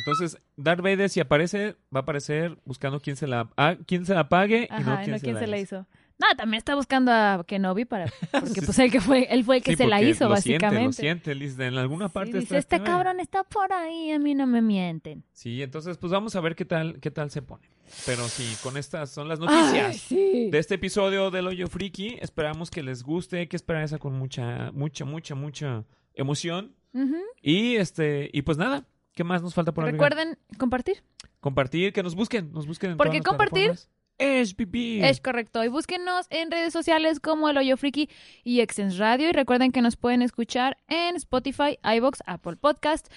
S2: Entonces, Darth Vader si aparece, va a aparecer buscando quién se la, ah, quién se la pague y no
S1: Ajá, y
S2: quién,
S1: no
S2: se,
S1: quién
S2: la
S1: se la
S2: hizo.
S1: hizo. No, también está buscando a Kenobi para porque pues él que fue él fue el que
S2: Sí,
S1: se la
S2: porque
S1: hizo
S2: lo siente,
S1: básicamente.
S2: lo siente, él dice, en alguna parte
S3: Y dice,
S2: está
S3: este cabrón está por ahí, a mí no me mienten.
S2: Sí, entonces pues vamos a ver qué tal, qué tal se pone. Pero sí, con estas son las
S1: Ay,
S2: noticias
S1: sí.
S2: de este episodio del Hoyo Friki. Esperamos que les guste, hay que esperar esa con mucha, mucha, mucha, mucha emoción.
S1: Ujú.
S2: Y este, y pues nada, ¿qué más nos falta por agregar?
S1: Recuerden compartir.
S2: Compartir, que nos busquen, nos busquen en
S1: ¿Por
S2: todas
S1: qué
S2: las
S1: compartir?
S2: plataformas. Es pipí.
S1: Es correcto. Y búsquenos en redes sociales como El Hoyo Friki y Exens Radio. Y recuerden que nos pueden escuchar en Spotify, iBox, Apple Podcast,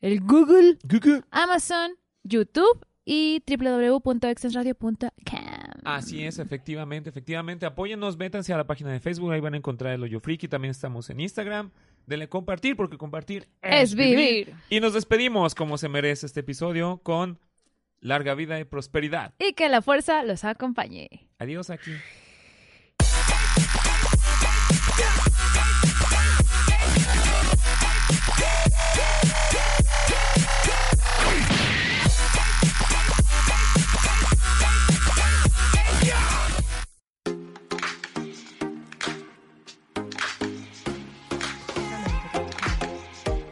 S1: el Google,
S2: Cucu.
S1: Amazon, YouTube y www.exensradio.com.
S2: Así es, efectivamente, efectivamente. Apóyennos, vétanse a la página de Facebook, ahí van a encontrar el Hoyo Friki. También estamos en Instagram. Denle compartir, porque compartir
S1: Es vivir.
S2: Y nos despedimos como se merece este episodio con larga vida y prosperidad.
S1: Y que la fuerza los acompañe.
S2: Adiós aquí.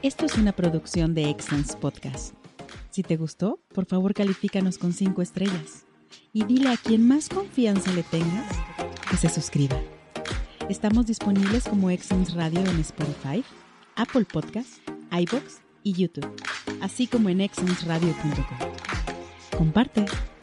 S5: Esto es una producción de Excellence Podcast. Si te gustó, por favor califícanos con 5 estrellas y dile a quien más confianza le tengas que se suscriba. Estamos disponibles como Excellence Radio en Spotify, Apple Podcasts, iBox y YouTube, así como en excellenceradio.com. Comparte.